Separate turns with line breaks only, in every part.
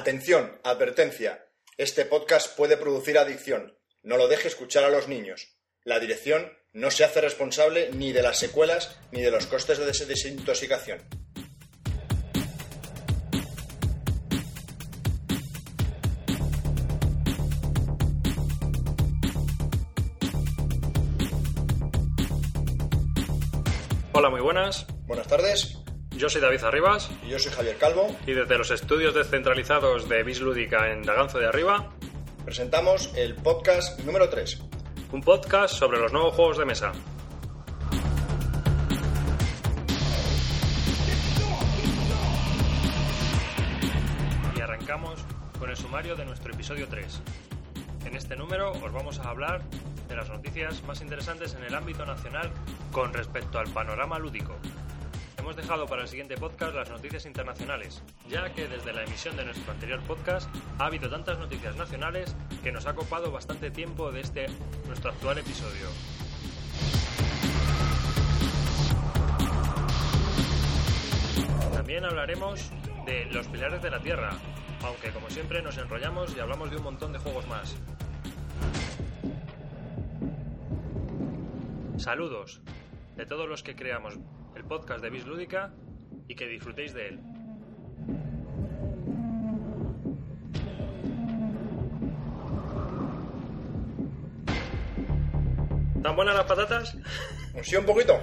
Atención, advertencia. Este podcast puede producir adicción. No lo deje escuchar a los niños. La dirección no se hace responsable ni de las secuelas ni de los costes de des- desintoxicación.
Hola, muy buenas.
Buenas tardes,
Yo soy David Arribas
y yo soy Javier Calvo.
y desde los estudios descentralizados de Bislúdica en Daganzo de Arriba,
Presentamos el podcast número 3.
un podcast sobre los nuevos juegos de mesa. Y arrancamos con el sumario de nuestro episodio 3. En este número os vamos a hablar de las noticias más interesantes en el ámbito nacional con respecto al panorama lúdico. Hemos dejado para el siguiente podcast las noticias internacionales, ya que desde la emisión de nuestro anterior podcast ha habido tantas noticias nacionales que nos ha copado bastante tiempo de este nuestro actual episodio. También hablaremos de los pilares de la Tierra, aunque como siempre nos enrollamos y hablamos de un montón de juegos más. Saludos de todos los que creamos el podcast de Bislúdica y que disfrutéis de él. ¿Tan buenas las patatas?
¿Sí un poquito?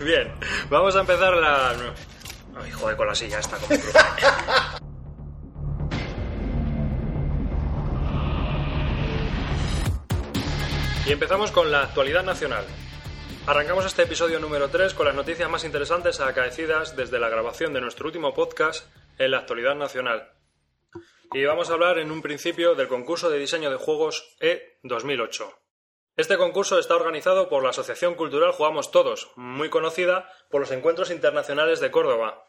Bien, vamos a empezar la. Ay, joder, con la silla esta. como cruza. y empezamos con la actualidad nacional. Arrancamos este episodio número 3 con las noticias más interesantes acaecidas desde la grabación de nuestro último podcast en la actualidad nacional. Y vamos a hablar en un principio del concurso de diseño de juegos E 2008. Este concurso está organizado por la Asociación Cultural Jugamos Todos, muy conocida por los Encuentros Internacionales de Córdoba,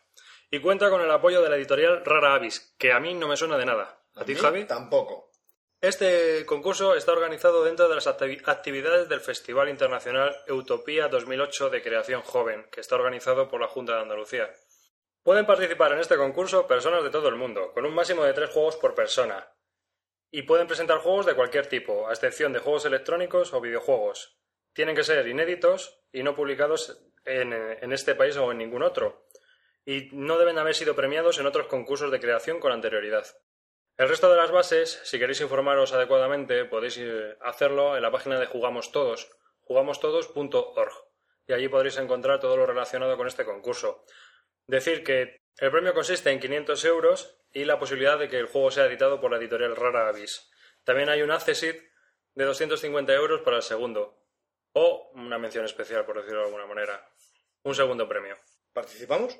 y cuenta con el apoyo de la editorial Rara Avis, que a mí no me suena de nada. ¿A ti,
mí
Javi?
Tampoco.
Este concurso está organizado dentro de las activi- actividades del Festival Internacional Utopía 2008 de Creación Joven, que está organizado por la Junta de Andalucía. Pueden participar en este concurso personas de todo el mundo, con un máximo de tres juegos por persona. Y pueden presentar juegos de cualquier tipo, a excepción de juegos electrónicos o videojuegos. Tienen que ser inéditos y no publicados en, en este país o en ningún otro. Y no deben haber sido premiados en otros concursos de creación con anterioridad. El resto de las bases, si queréis informaros adecuadamente, podéis eh, hacerlo en la página de Jugamos Todos, jugamostodos.org, y allí podréis encontrar todo lo relacionado con este concurso. Decir que el premio consiste en 500 euros y la posibilidad de que el juego sea editado por la editorial Rara Avis. También hay un accessit de 250 euros para el segundo, o una mención especial, por decirlo de alguna manera. Un segundo premio.
¿Participamos?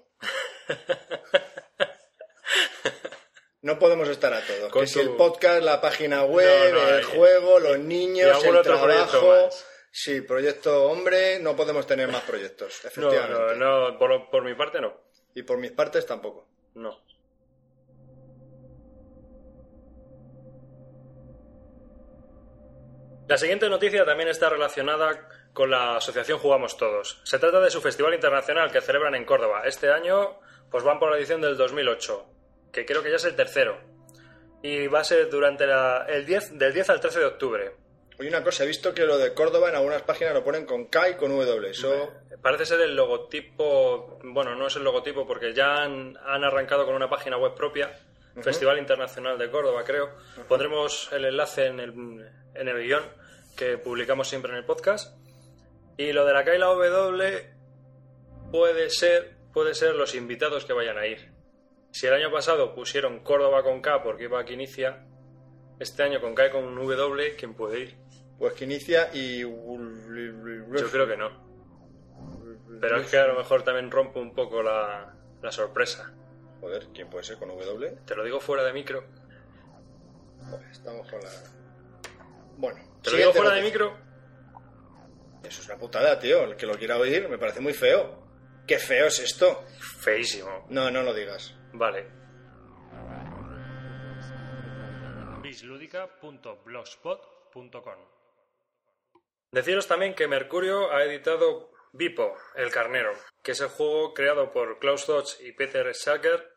No podemos estar a todos.
Con
Que si
tu-
el podcast, la página web,
No, no,
el
eh,
juego, los
y
niños,
algún
el
otro proyecto
trabajo.
más.
Sí, proyecto hombre, no podemos tener más proyectos,
No,
efectivamente.
no, no, por- por mi parte no.
Y por mis partes tampoco.
No. La siguiente noticia también está relacionada con la asociación Jugamos Todos. Se trata de su festival internacional que celebran en Córdoba. Este año pues van por la edición del 2008, que creo que ya es el tercero. Y va a ser durante la- el 10, del 10 al 13 de octubre.
Oye, una cosa, he visto que lo de Córdoba en algunas páginas lo ponen con K y con W. Eso,
Parece ser el logotipo, bueno, no es el logotipo porque ya han, han arrancado con una página web propia, Festival Internacional de Córdoba, creo. Pondremos el enlace en el, en el guión que publicamos siempre en el podcast. Y lo de la K y la W puede ser, puede ser los invitados que vayan a ir. Si el año pasado pusieron Córdoba con K porque iba a Quinicia, este año con K y con W, ¿quién puede ir?
pues que inicia y...
Yo creo que no. Pero es que a lo mejor también rompo un poco la, la sorpresa.
Joder, ¿quién puede ser con W?
Te lo digo fuera de micro.
Joder, estamos con la... Bueno.
Te
siguiente
lo digo fuera de
noticia.
micro.
Eso es una putada, tío. El que lo quiera oír me parece muy feo. Qué feo es esto.
Feísimo.
No, no lo digas.
Vale. bisludica.blogspot.com Deciros también que Mercurio ha editado Bipo, el carnero, que es el juego creado por Klaus Dodge y Peter Schacker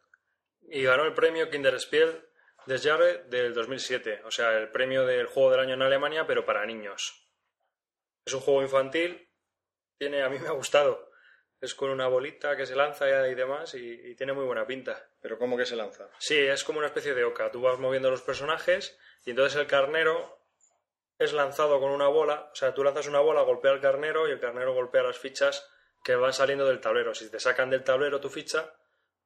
y ganó el premio Kinderspiel des Jahres del 2007, o sea, el premio del juego del año en Alemania, pero para niños. Es un juego infantil, tiene a mí me ha gustado. Es con una bolita que se lanza y demás y, y tiene muy buena pinta.
Pero ¿cómo que se lanza?
Sí, es como una especie de oca. Tú vas moviendo los personajes y entonces el carnero es lanzado con una bola. O sea, tú lanzas una bola, golpea al carnero y el carnero golpea las fichas que van saliendo del tablero. Si te sacan del tablero tu ficha,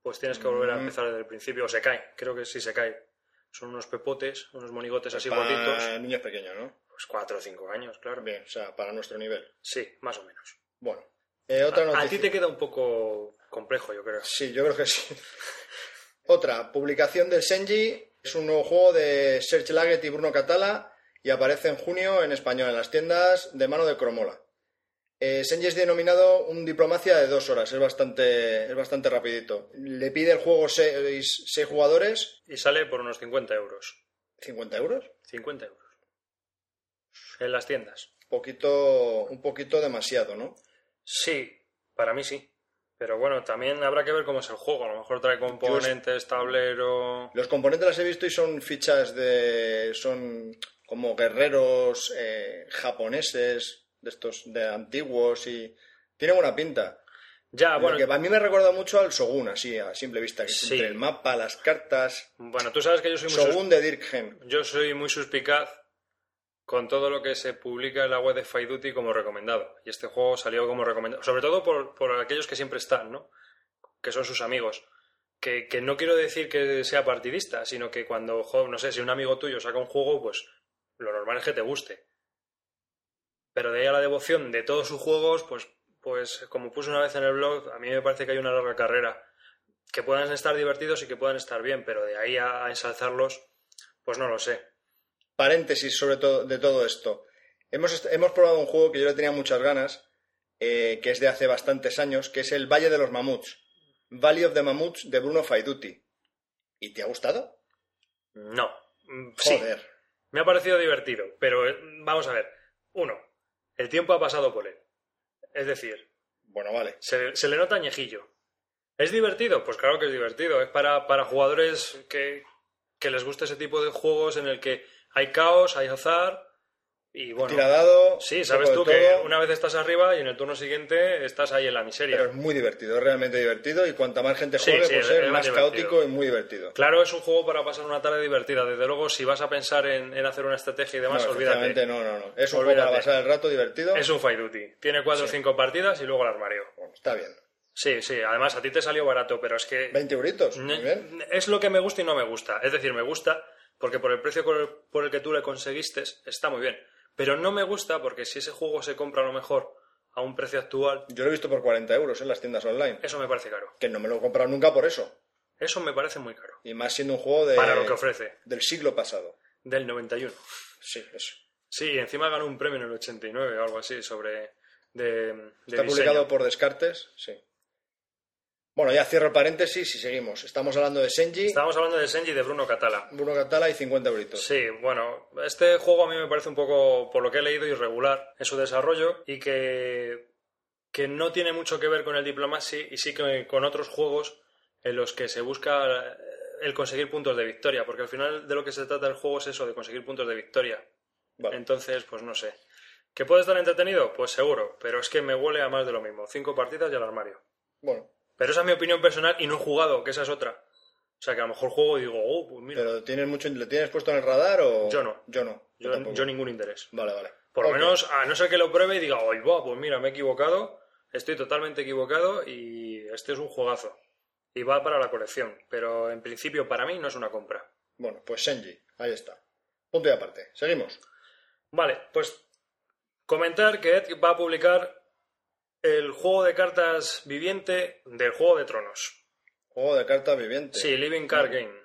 pues tienes que volver a
Mm.
empezar desde el principio. O se cae, creo que sí se cae. Son unos pepotes, unos monigotes así
para
guatitos.
niños pequeños, ¿no?
Pues cuatro o cinco años, claro.
Bien, o sea, para nuestro nivel.
Sí, más o menos.
Bueno, eh, otra
A-
noticia.
a ti te queda un poco complejo, yo creo.
Sí, yo creo que sí. Otra, publicación del Senji. Es un nuevo juego de Serge Laget y Bruno Catala y aparece en junio en español en las tiendas de mano de Cromola. Eh, Senji es denominado un diplomacia de dos horas, es bastante, es bastante rapidito. Le pide el juego seis, seis jugadores,
Y sale por unos 50 euros.
50 euros,
50 euros. En las tiendas.
poquito, un poquito demasiado, ¿no?
Sí, para mí sí. Pero bueno, también habrá que ver cómo es el juego. A lo mejor trae componentes, tablero.
Los componentes las he visto y son fichas de. son como guerreros eh, japoneses, de estos de antiguos y. tiene buena pinta.
Ya,
Lo
Ah, bueno,
que a mí me recuerda mucho al Shogun, así a simple vista, que es
Sí.
entre el mapa, las cartas.
bueno, tú sabes que yo soy muy sus-
Shogun de Dirkgen.
yo soy muy suspicaz con todo lo que se publica en la web de Faiduti como recomendado. Y este juego salió como recomendado. Sobre todo por, por aquellos que siempre están, ¿no? Que son sus amigos. Que, que no quiero decir que sea partidista, sino que cuando, jo, no sé, si un amigo tuyo saca un juego, pues lo normal es que te guste. Pero de ahí a la devoción de todos sus juegos, pues, pues como puse una vez en el blog, a mí me parece que hay una larga carrera. Que puedan estar divertidos y que puedan estar bien, pero de ahí a- a ensalzarlos, pues no lo sé.
Paréntesis sobre todo de todo esto. Hemos, est- hemos probado un juego que yo le tenía muchas ganas, eh, que es de hace bastantes años, que es el Valle de los Mamuts. Valley of the Mamuts de Bruno Faiduti. ¿Y te ha gustado?
No. Mm, Sí,
Joder.
me ha parecido divertido, pero eh, vamos a ver. Uno, el tiempo ha pasado por él. Es decir,
Bueno, vale.
se, se le nota añejillo. ¿Es divertido? Pues claro que es divertido. Es para, para jugadores que, que les gusta ese tipo de juegos en el que hay caos, hay azar y bueno.
tiradado.
Sí,
un
sabes tú
poco de
que
todo,
una vez estás arriba y en el turno siguiente estás ahí en la miseria.
Pero es muy divertido, es realmente divertido y cuanta más gente
Sí,
juegue,
sí,
pues
es-
es,
es más
más
divertido.
caótico y muy divertido.
Claro, es un juego para pasar una tarde divertida. Desde luego, si vas a pensar en, en hacer una estrategia y demás,
no,
olvídate.
efectivamente, no, no, no. Es un
Olvídate.
juego para pasar el rato divertido.
Es un Fight Duty. Tiene cuatro o cinco partidas y luego el armario.
Bueno, está bien.
Sí, sí. Además, a ti te salió barato, pero es que...
20 euritos, muy bien.
Ne- Es lo que me gusta y no me gusta. Es decir, me gusta porque por el precio por el, por el que tú le conseguiste está muy bien. Pero no me gusta porque si ese juego se compra a lo mejor a un precio actual,
Yo lo he visto por 40 euros en las tiendas online.
eso me parece caro.
Que no me lo he comprado nunca por eso.
Eso me parece muy caro.
Y más siendo un juego de,
Para lo que ofrece.
del siglo pasado.
Del 91.
Sí, eso.
Sí, encima ganó un premio en el 89 o algo así sobre... De, de
Está
diseño.
publicado por Descartes, sí. Bueno, ya cierro el paréntesis y seguimos. Estamos hablando de Senji,
Estábamos hablando de Senji y de Bruno Catala.
Bruno Catala y 50 euritos.
Sí, bueno, este juego a mí me parece un poco, por lo que he leído, irregular en su desarrollo y que, que no tiene mucho que ver con el Diplomacy y sí que con otros juegos en los que se busca eh, el conseguir puntos de victoria, porque al final de lo que se trata el juego es eso, de conseguir puntos de victoria.
Vale.
Entonces, pues no sé. ¿Que puede estar entretenido? Pues seguro, pero es que me huele a más de lo mismo. Cinco partidas y al armario.
Bueno,
Pero esa es mi opinión personal y no he jugado, que esa es otra. O sea, que a lo mejor juego y digo, oh, pues mira,
¿Pero tienes mucho, le tienes puesto en el radar o...?
Yo no.
Yo no. Yo
yo-
tampoco.
yo ningún interés.
Vale, vale.
Por
Ok.
lo menos, a no ser que lo pruebe y diga, oye, va, pues mira, me he equivocado, estoy totalmente equivocado y este es un juegazo. Y va para la colección, pero en principio para mí no es una compra.
Bueno, pues Senji, ahí está. Punto y aparte. Seguimos.
Vale, pues comentar que Ed va a publicar el juego de cartas viviente del Juego de Tronos.
Juego de cartas viviente.
Sí, Living Card Game.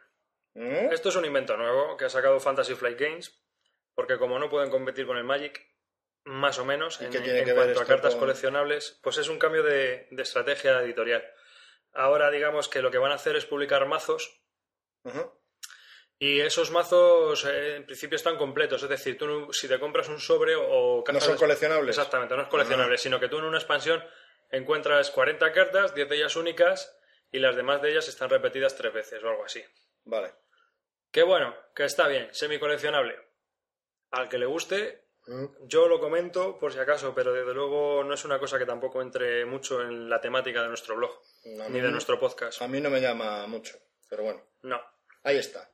¿Mm?
Esto es un invento nuevo que ha sacado Fantasy Flight Games, porque como no pueden competir con el Magic, más o menos,
¿Y
en,
qué tiene
en
que ver
cuanto a
esto
cartas
con-
coleccionables, pues es un cambio de, de estrategia editorial. Ahora digamos que lo que van a hacer es publicar mazos
Ujú.
y esos mazos eh, en principio están completos, es decir, tú no- si te compras un sobre o
No son coleccionables. Ah.
Exactamente, no es coleccionable, sino que tú en una expansión encuentras 40 cartas, 10 de ellas únicas, y las demás de ellas están repetidas tres veces o algo así.
Vale.
Que bueno, que está bien, semicoleccionable. Al que le guste, yo lo comento por si acaso, pero desde luego no es una cosa que tampoco entre mucho en la temática de nuestro blog,
No, no,
ni de
no.
nuestro podcast.
A mí no me llama mucho, pero bueno.
No.
Ahí está.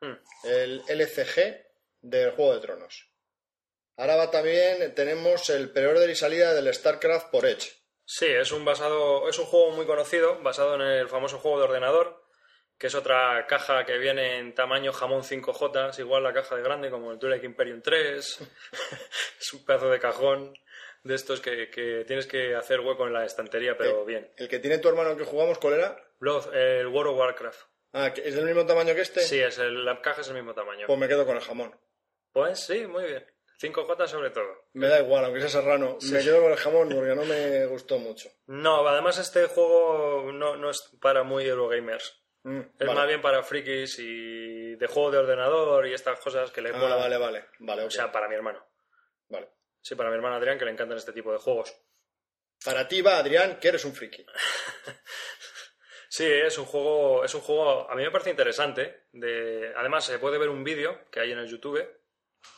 Mm.
El LCG del Juego de Tronos. Ahora va también, tenemos el preorder y salida del StarCraft por Edge.
Sí, es un basado, es un juego muy conocido, basado en el famoso juego de ordenador, que es otra caja que viene en tamaño jamón 5J, es igual la caja de grande como el Turek Imperium 3. es un pedazo de cajón de estos que, que tienes que hacer hueco en la estantería, pero bien.
El que tiene tu hermano que jugamos, ¿cuál era?
Blood, el World of Warcraft.
Ah, ¿que ¿es del mismo tamaño que este?
Sí, es el- la caja es el mismo tamaño.
Pues me quedo con el jamón.
Pues sí, muy bien. 5J sobre todo.
Me da igual, aunque sea serrano. Me quedo con el jamón porque no me gustó mucho.
No, además este juego no, no es para muy Eurogamers.
Mm,
Es
vale.
más bien para frikis y de juego de ordenador y estas cosas que le
Ah,
molan.
vale, vale. Vale,
O
ok,
sea, para mi hermano.
vale.
Sí, para mi hermano Adrián que le encantan este tipo de juegos.
Para ti va, Adrián, que eres un friki.
Sí, es un juego, es un juego, a mí me parece interesante. De, además, se puede ver un vídeo que hay en el YouTube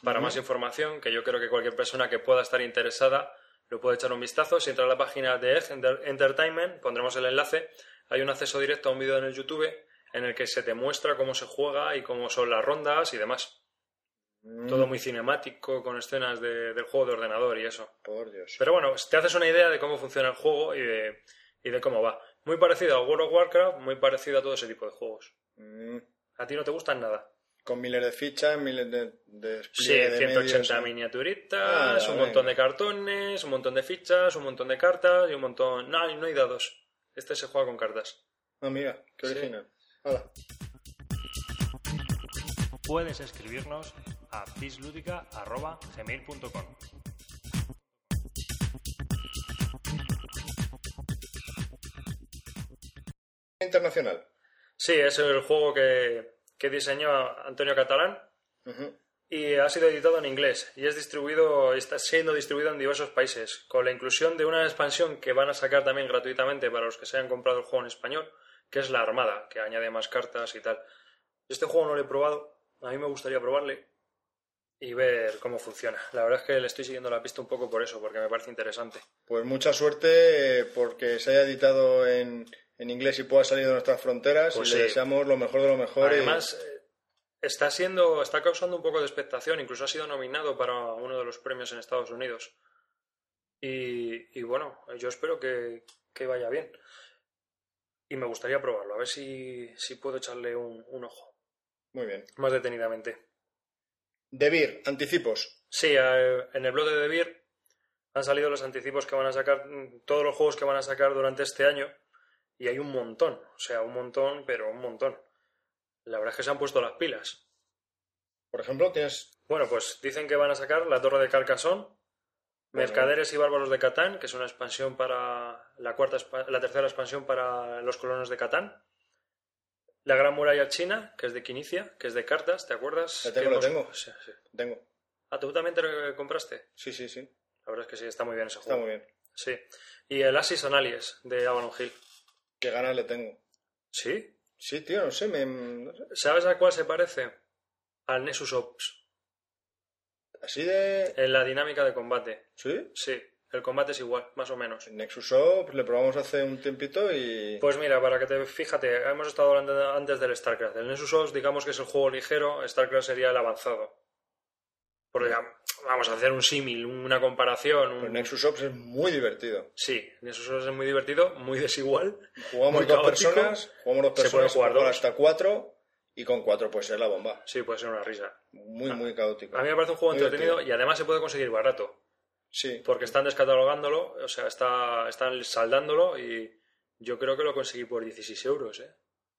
para más información, que yo creo que cualquier persona que pueda estar interesada lo puede echar un vistazo. Si entra a la página de Edge Enter- Entertainment, pondremos el enlace, hay un acceso directo a un vídeo en el YouTube en el que se te muestra cómo se juega y cómo son las rondas y demás. Todo muy cinemático, con escenas de- del juego de ordenador y eso.
Por Dios.
Pero bueno, te haces una idea de cómo funciona el juego y de, y de cómo va. Muy parecido a World of Warcraft, muy parecido a todo ese tipo de juegos.
Mm,
A ti no te gustan nada.
Con miles de fichas, miles de, de
Sí,
despliegue de
180
medios.
miniaturitas,
Ah,
un montón
venga.
de cartones, un montón de fichas, un montón de cartas y un montón... No, no hay dados. Este se juega con cartas.
Ah, mira, qué
Sí.
original. Hala.
Puedes escribirnos a pisludica.gmail.com
Internacional.
Sí, es el juego que, que diseñó Antonio Catalán,
Ujú.
y ha sido editado en inglés y es distribuido, está siendo distribuido en diversos países, con la inclusión de una expansión que van a sacar también gratuitamente para los que se hayan comprado el juego en español, que es la Armada, que añade más cartas y tal. Este juego no lo he probado, a mí me gustaría probarle y ver cómo funciona. La verdad es que le estoy siguiendo la pista un poco por eso, porque me parece interesante.
Pues mucha suerte eh, porque se haya editado en, en inglés y pueda salir de nuestras fronteras.
Pues
y le
sí.
deseamos lo mejor de lo mejor. y-
Además, eh, está siendo, está causando un poco de expectación, incluso ha sido nominado para uno de los premios en Estados Unidos. Y, y bueno, yo espero que, que vaya bien. Y me gustaría probarlo, a ver si, si puedo echarle un, un ojo
Muy bien.
más detenidamente.
Debir, anticipos.
Sí, eh, en el blog de Debir han salido los anticipos que van a sacar, mm, todos los juegos que van a sacar durante este año, y hay un montón, o sea, un montón, pero un montón. La verdad es que se han puesto las pilas.
Por ejemplo, tienes.
Bueno, pues dicen que van a sacar la Torre de Carcasón, Mercaderes y Bárbaros de Catán, que es una expansión para la cuarta, expa- la tercera expansión para los colonos de Catán. La Gran Muralla China, que es de Quinicia, que es de cartas, ¿te acuerdas?
La tengo,
Que
la tengo.
Sí, sí.
Tengo.
Ah, ¿tú también te lo compraste?
Sí, sí, sí.
La verdad es que sí, está muy bien ese
Está
juego.
muy bien.
Sí. Y el Asis Analies, de Avalon Hill.
Qué ganas le tengo.
¿Sí?
Sí, tío, no sé. Me... no sé.
¿Sabes a cuál se parece? Al Nessus Ops,
Así de.
en la dinámica de combate.
Sí.
Sí, el combate es igual, más o menos.
Nexus O, pues le probamos hace un tiempito y.
Pues mira, para que te fíjate, hemos estado hablando antes del StarCraft. El Nessus OS, digamos que es el juego ligero, StarCraft sería el avanzado. Porque ya- vamos a hacer un símil, una comparación. un-
Pues Nexus Ops es muy divertido.
Sí, Nessus OS es muy divertido, muy desigual.
Jugamos
Muy
dos
caótico.
personas, jugamos dos
Se
personas,
pueden jugar
puede
dos.
hasta cuatro y con cuatro pues es la bomba.
Sí, puede ser una risa.
Muy, muy caótico.
Ah, A mí me parece un juego
Muy
entretenido
divertido.
y además se puede conseguir barato.
Sí.
Porque están descatalogándolo, o sea, está, están saldándolo y yo creo que lo conseguí por 16 euros, ¿eh?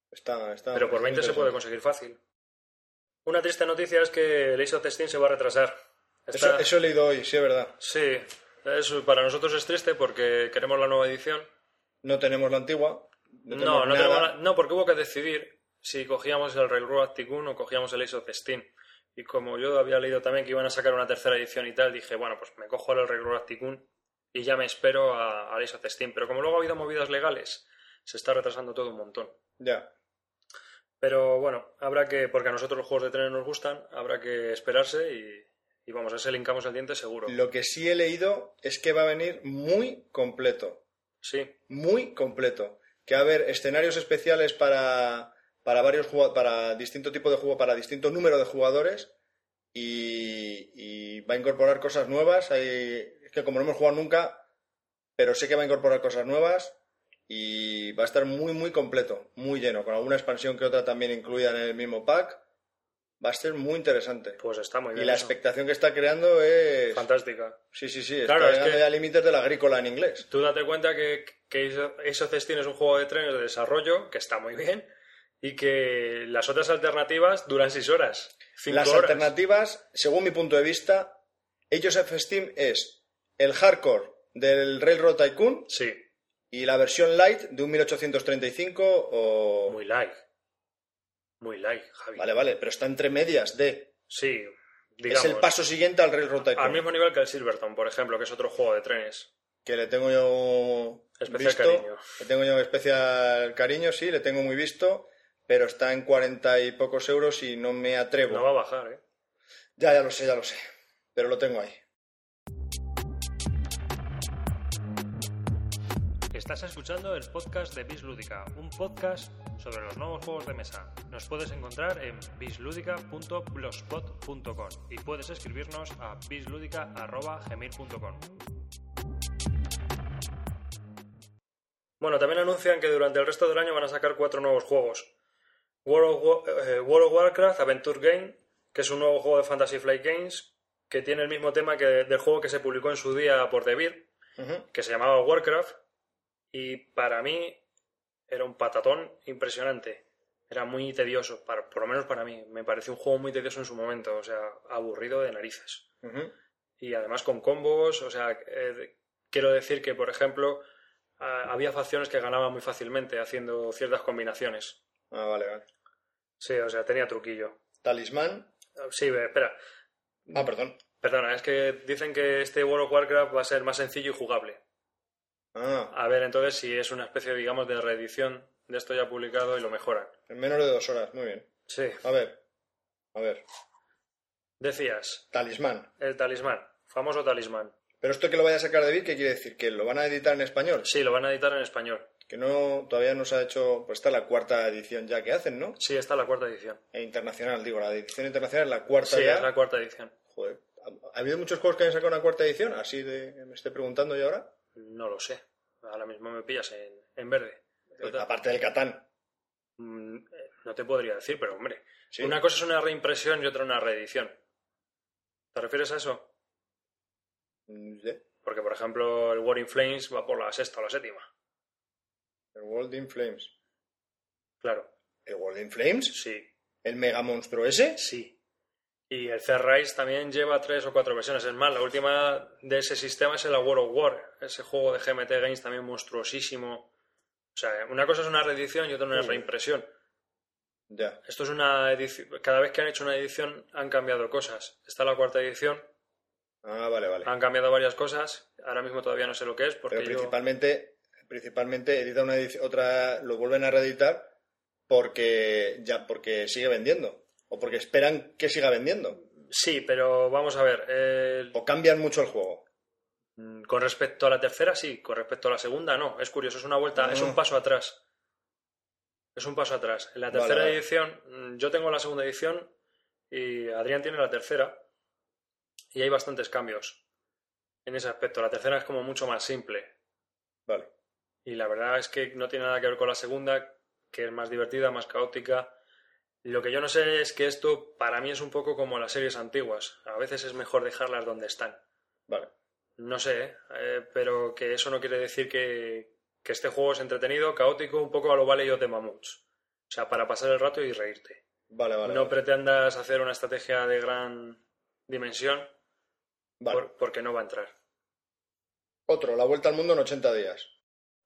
Está, está.
Pero por
está
20 se puede
Ah, pues interesante.
conseguir fácil. Una triste noticia es que el Ace of Steam se va a retrasar.
Eso,
Está-
eso he leído hoy, sí, es verdad.
Sí, eso para nosotros es triste porque queremos la nueva edición.
No tenemos la antigua. No,
No,
tenemos nada.
no, tenemos la- no, porque hubo que decidir si cogíamos el Railroad Tycoon o cogíamos el Ace of Steam. Y como yo había leído también que iban a sacar una tercera edición y tal, dije, bueno, pues me cojo el Railroad Tycoon y ya me espero a- al Ace of Steam. Pero como luego ha habido movidas legales se está retrasando todo un montón.
Ya.
Pero bueno, habrá que, porque a nosotros los juegos de trenes nos gustan, habrá que esperarse y, y vamos, a ese linkamos el diente seguro.
Lo que sí he leído es que va a venir muy completo.
Sí,
Muy completo. Que va a haber escenarios especiales para, para varios jugado- para distinto tipo de juego, para distinto número de jugadores. Y, y va a incorporar cosas nuevas. Hay- es que como no hemos jugado nunca, pero sé que va a incorporar cosas nuevas. Y va a estar muy, muy completo, muy lleno, con alguna expansión que otra también incluida en el mismo pack. Va a ser muy interesante.
pues está muy
Y
bien.
la
eso.
expectación que está creando es.
Fantástica.
Sí, sí, sí.
Claro,
está
es
llegando
que-
ya a límites de la agrícola en inglés.
Tú date cuenta que, que SOCES tienes un juego de trenes de desarrollo que está muy bien y que las otras alternativas duran 6 horas. cinco
Las
horas.
alternativas, según mi punto de vista, Ellos of Steam es el hardcore del Railroad Tycoon
Sí,
y la versión light de un 1835 o...
muy light. Muy light, Javi.
Vale, vale, pero está entre medias de...
Sí, digamos.
es el paso siguiente al Railroad
Al
Tycoon.
mismo nivel que el Silverton, por ejemplo, que es otro juego de trenes.
Que le tengo yo...
Especial
visto,
cariño.
Le tengo yo especial cariño, sí, le tengo muy visto, pero está en 40 y pocos euros y no me atrevo.
No va a bajar, ¿eh?
Ya, ya lo sé, ya lo sé. Pero lo tengo ahí.
Estás escuchando el podcast de Bislúdica, un podcast sobre los nuevos juegos de mesa. Nos puedes encontrar en bisludica.blogspot.com y puedes escribirnos a bisludica.gmail.com. Bueno, también anuncian que durante el resto del año van a sacar cuatro nuevos juegos. World of, Wa- eh, World of Warcraft Adventure Game, que es un nuevo juego de Fantasy Flight Games, que tiene el mismo tema que del juego que se publicó en su día por Devir,
Ujú.
que se llamaba Warcraft y para mí era un patatón impresionante. Era muy tedioso, para- por lo menos para mí. Me pareció un juego muy tedioso en su momento, o sea, aburrido de narices.
Ujú.
Y además con combos, o sea, eh, quiero decir que, por ejemplo, a- había facciones que ganaban muy fácilmente haciendo ciertas combinaciones.
Ah, vale, vale.
Sí, o sea, tenía truquillo.
Talismán.
Sí, eh, espera,
Ah, perdón.
perdona, es que dicen que este World of Warcraft va a ser más sencillo y jugable.
Ah,
A ver, entonces, si es una especie, digamos, de reedición de esto ya publicado y lo mejoran.
en menos de dos horas, muy bien.
Sí.
A ver, a ver,
Decías,
talismán.
el talismán, famoso talismán.
Pero esto que lo vaya a sacar David, ¿qué quiere decir? ¿Que lo van a editar en español?
Sí, lo van a editar en español.
Que no, todavía no se ha hecho, pues está la cuarta edición ya que hacen, ¿no?
Sí, está la cuarta edición.
E internacional, digo, la edición internacional es la cuarta
Sí,
ya.
es la cuarta edición.
Joder, ¿ha, ha habido muchos juegos que hayan sacado una cuarta edición? Así de, me estoy preguntando yo ahora.
No lo sé. Ahora mismo me pillas en, en verde.
Eh,
Total.
Aparte del Catán.
Mm, eh, No te podría decir, pero hombre.
Sí.
Una cosa es una reimpresión y otra una reedición. ¿Te refieres a eso?
Mm, sí.
Porque, por ejemplo, el War in Flames va por la sexta o la séptima.
El World in Flames.
Claro.
¿El World in Flames?
Sí,
¿El mega monstruo ese?
Sí. Y el Rise también lleva tres o cuatro versiones. Es más, la última de ese sistema es el World of War, ese juego de GMT Games también monstruosísimo. O sea, una cosa es una reedición y otra una
Uy.
reimpresión.
Ya.
Esto es una edición. Cada vez que han hecho una edición han cambiado cosas. Está la cuarta edición,
Ah, vale, vale.
han cambiado varias cosas. Ahora mismo todavía no sé lo que es porque
Pero
yo-
principalmente, principalmente edita una edici- otra, lo vuelven a reeditar porque ya porque sigue vendiendo o porque esperan que siga vendiendo
Sí, pero vamos a ver. el-
o cambian mucho el juego.
Mm, Con respecto a la tercera, sí. Con respecto a la segunda, no. Es curioso, es una vuelta,
Ah.
es un paso atrás. Es un paso atrás. En la
Vale,
tercera
vale.
edición, mm, yo tengo la segunda edición y Adrián tiene la tercera. Y hay bastantes cambios en ese aspecto. La tercera es como mucho más simple.
Vale.
Y la verdad es que no tiene nada que ver con la segunda, que es más divertida, más caótica. Lo que yo no sé es que esto para mí es un poco como las series antiguas. A veces es mejor dejarlas donde están.
Vale.
No sé, ¿eh? Eh, pero que eso no quiere decir que, que este juego es entretenido, caótico, un poco a lo vale yo de mamuts. O sea, para pasar el rato y reírte.
Vale, vale.
no
vale.
pretendas hacer una estrategia de gran dimensión
Vale.
por- porque no va a entrar.
Otro, la vuelta al mundo en 80 días.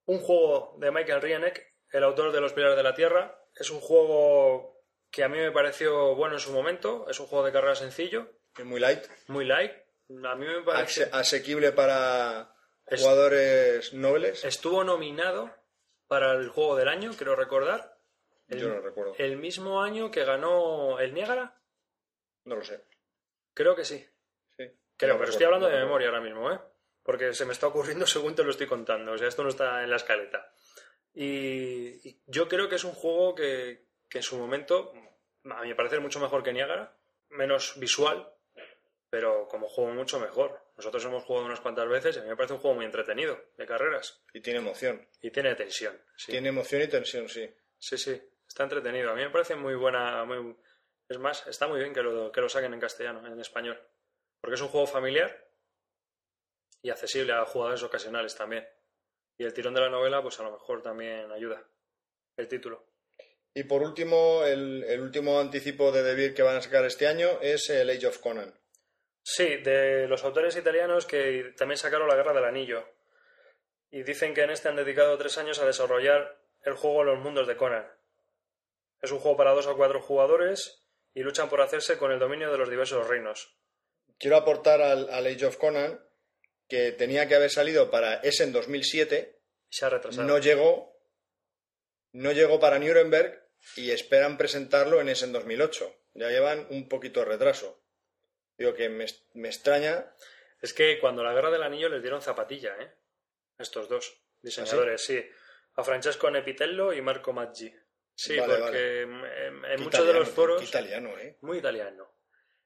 Un juego de Michael Rienek, el autor de Los Pilares de la Tierra, es un juego que a mí me pareció bueno en su momento, es un juego de carrera sencillo,
Es muy light,
muy light. A mí me
ase-
parece...
asequible para
Es-
jugadores nobles.
Estuvo nominado para el juego del año, quiero recordar. El,
Yo no lo recuerdo.
el mismo año que ganó el Niágara,
No lo sé.
creo que sí.
Sí.
Creo,
No
pero
recuerdo,
estoy hablando
no
de
recuerdo.
memoria ahora mismo, ¿eh? Porque se me está ocurriendo según te lo estoy contando. O sea, esto no está en la escaleta. Y, y yo creo que es un juego que, que en su momento, a mi parecer, mucho mejor que Niágara. Menos visual, pero como juego mucho mejor. Nosotros hemos jugado unas cuantas veces y a mí me parece un juego muy entretenido, de carreras.
Y tiene emoción.
Y tiene tensión. Sí.
Tiene emoción y tensión, sí.
Sí, sí, está entretenido. A mí me parece muy buena. Muy... Es más, está muy bien que lo, que lo saquen en castellano, en español. Porque es un juego familiar y accesible a jugadores ocasionales también. Y el tirón de la novela, pues a lo mejor también ayuda. El título.
Y por último, el, el último anticipo de Debir que van a sacar este año es el Age of Conan.
Sí, de los autores italianos que también sacaron La Guerra del Anillo. Y dicen que en este han dedicado tres años a desarrollar el juego Los Mundos de Conan. Es un juego para dos o cuatro jugadores y luchan por hacerse con el dominio de los diversos reinos.
Quiero aportar al, al Age of Conan que tenía que haber salido para ese en 2007,
Se ha retrasado.
no llegó, no llegó para Nuremberg y esperan presentarlo en ese en 2008. Ya llevan un poquito de retraso. Digo que me, me extraña,
Es que cuando la guerra del anillo les dieron zapatilla, ¿eh? Estos dos diseñadores,
¿Ah,
sí. A Francesco Nepitello y Marco Maggi. Sí,
Vale,
porque en, en
Qué
muchos de los
italiano,
foros.
qué italiano, ¿eh?
Muy italiano.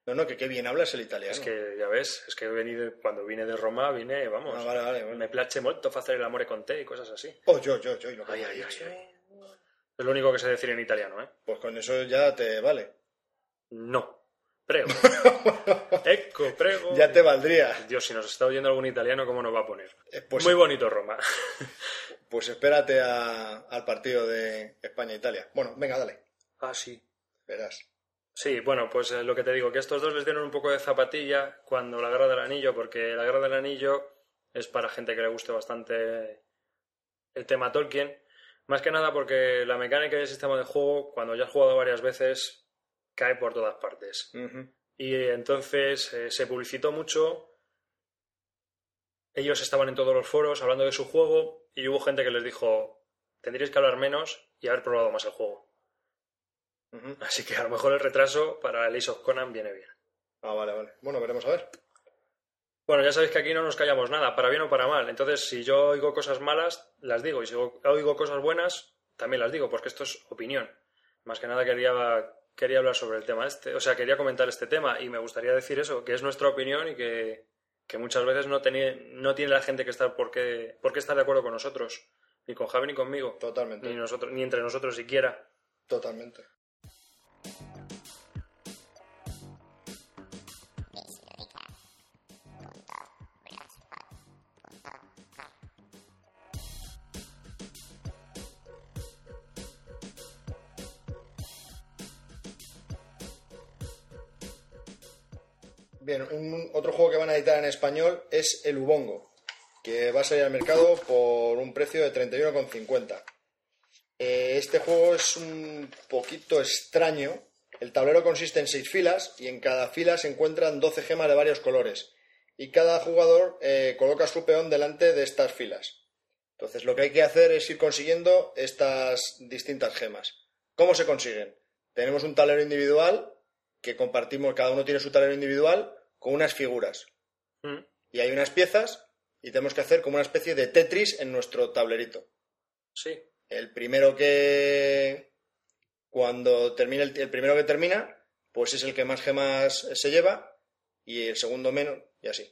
No, no, que qué bien hablas el italiano.
Es que, ya ves, es que vení de- cuando vine de Roma, vine, vamos.
Ah, vale, vale, vale.
Me place molto hacer el amore con te y cosas así.
Oh, yo, yo, yo. y lo que
Ay,
me
ay, ay,
digas, ¿eh?
ay. Es lo único que sé decir en italiano, ¿eh?
Pues con eso ya te vale.
No. Prego. Ecco, prego.
Ya te valdría.
Dios, si nos está oyendo algún italiano, ¿cómo nos va a poner?
Eh, Pues,
Muy bonito Roma.
pues espérate a- al partido de España-Italia. Bueno, venga, dale.
ah, sí.
Verás.
Sí, bueno, pues eh, lo que te digo, que estos dos les dieron un poco de zapatilla cuando la guerra del anillo, porque la guerra del anillo es para gente que le guste bastante el tema Tolkien, más que nada porque la mecánica y el sistema de juego, cuando ya has jugado varias veces, cae por todas partes. Y eh, entonces eh, se publicitó mucho, ellos estaban en todos los foros hablando de su juego y hubo gente que les dijo, tendríais que hablar menos y haber probado más el juego.
Ujú.
Así que a lo mejor el retraso para el Ace of Conan viene bien.
Ah, vale, vale. Bueno, veremos a ver.
Bueno, ya sabéis que aquí no nos callamos nada, para bien o para mal. Entonces, si yo oigo cosas malas, las digo. Y si oigo- oigo cosas buenas, también las digo, porque esto es opinión. Más que nada quería, quería hablar sobre el tema este. O sea, quería comentar este tema y me gustaría decir eso, que es nuestra opinión y que, que muchas veces no, teni- no tiene la gente que estar por qué, por qué estar de acuerdo con nosotros. Ni con Javi ni conmigo.
Totalmente.
Ni, nosotros, ni entre nosotros siquiera.
Totalmente. Bien, un- otro juego que van a editar en español es El Ubongo, que va a salir al mercado por un precio de 31,50. Eh, este juego es un poquito extraño. El tablero consiste en seis filas y en cada fila se encuentran 12 gemas de varios colores. Y cada jugador eh, coloca su peón delante de estas filas. Entonces lo que hay que hacer es ir consiguiendo estas distintas gemas. ¿Cómo se consiguen? Tenemos un tablero individual que compartimos, cada uno tiene su tablero individual con unas figuras.
Mm.
Y hay unas piezas y tenemos que hacer como una especie de Tetris en nuestro tablerito.
Sí.
El primero que. Cuando termine el, el primero que termina, pues es el que más gemas se lleva y el segundo menos, y así.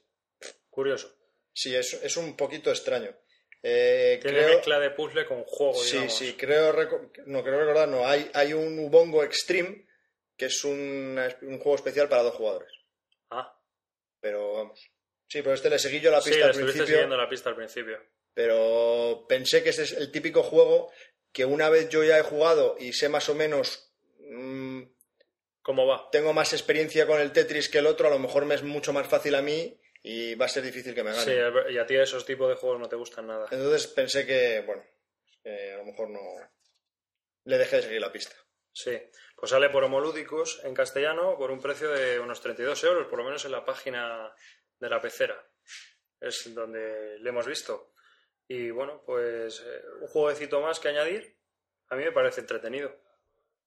Curioso.
Sí, es, es un poquito extraño. Eh,
Tiene
creo,
mezcla de puzzle con juego,
sí,
digamos.
sí, creo. reco- No, creo recordar, no. Hay, hay un Ubongo Extreme que es una- un juego especial para dos jugadores.
Ah.
Pero vamos. Sí, pero este le seguí yo la
Sí,
pista
le
al
estuviste
principio.
siguiendo la pista al principio.
pero pensé que ese es el típico juego que una vez yo ya he jugado y sé más o menos, mm,
¿Cómo va?
tengo más experiencia con el Tetris que el otro, a lo mejor me es mucho más fácil a mí y va a ser difícil que me
Sí, eh.
gane.
es ver- y a ti esos tipos de juegos no te gustan nada.
Entonces pensé que, bueno, eh, a lo mejor no le dejé de seguir la pista.
Sí. Pues sale por Homolúdicos en castellano por un precio de unos 32 euros, por lo menos en la página de la pecera. Es donde le hemos visto. Y bueno, pues eh, un jueguecito más que añadir. A mí me parece entretenido.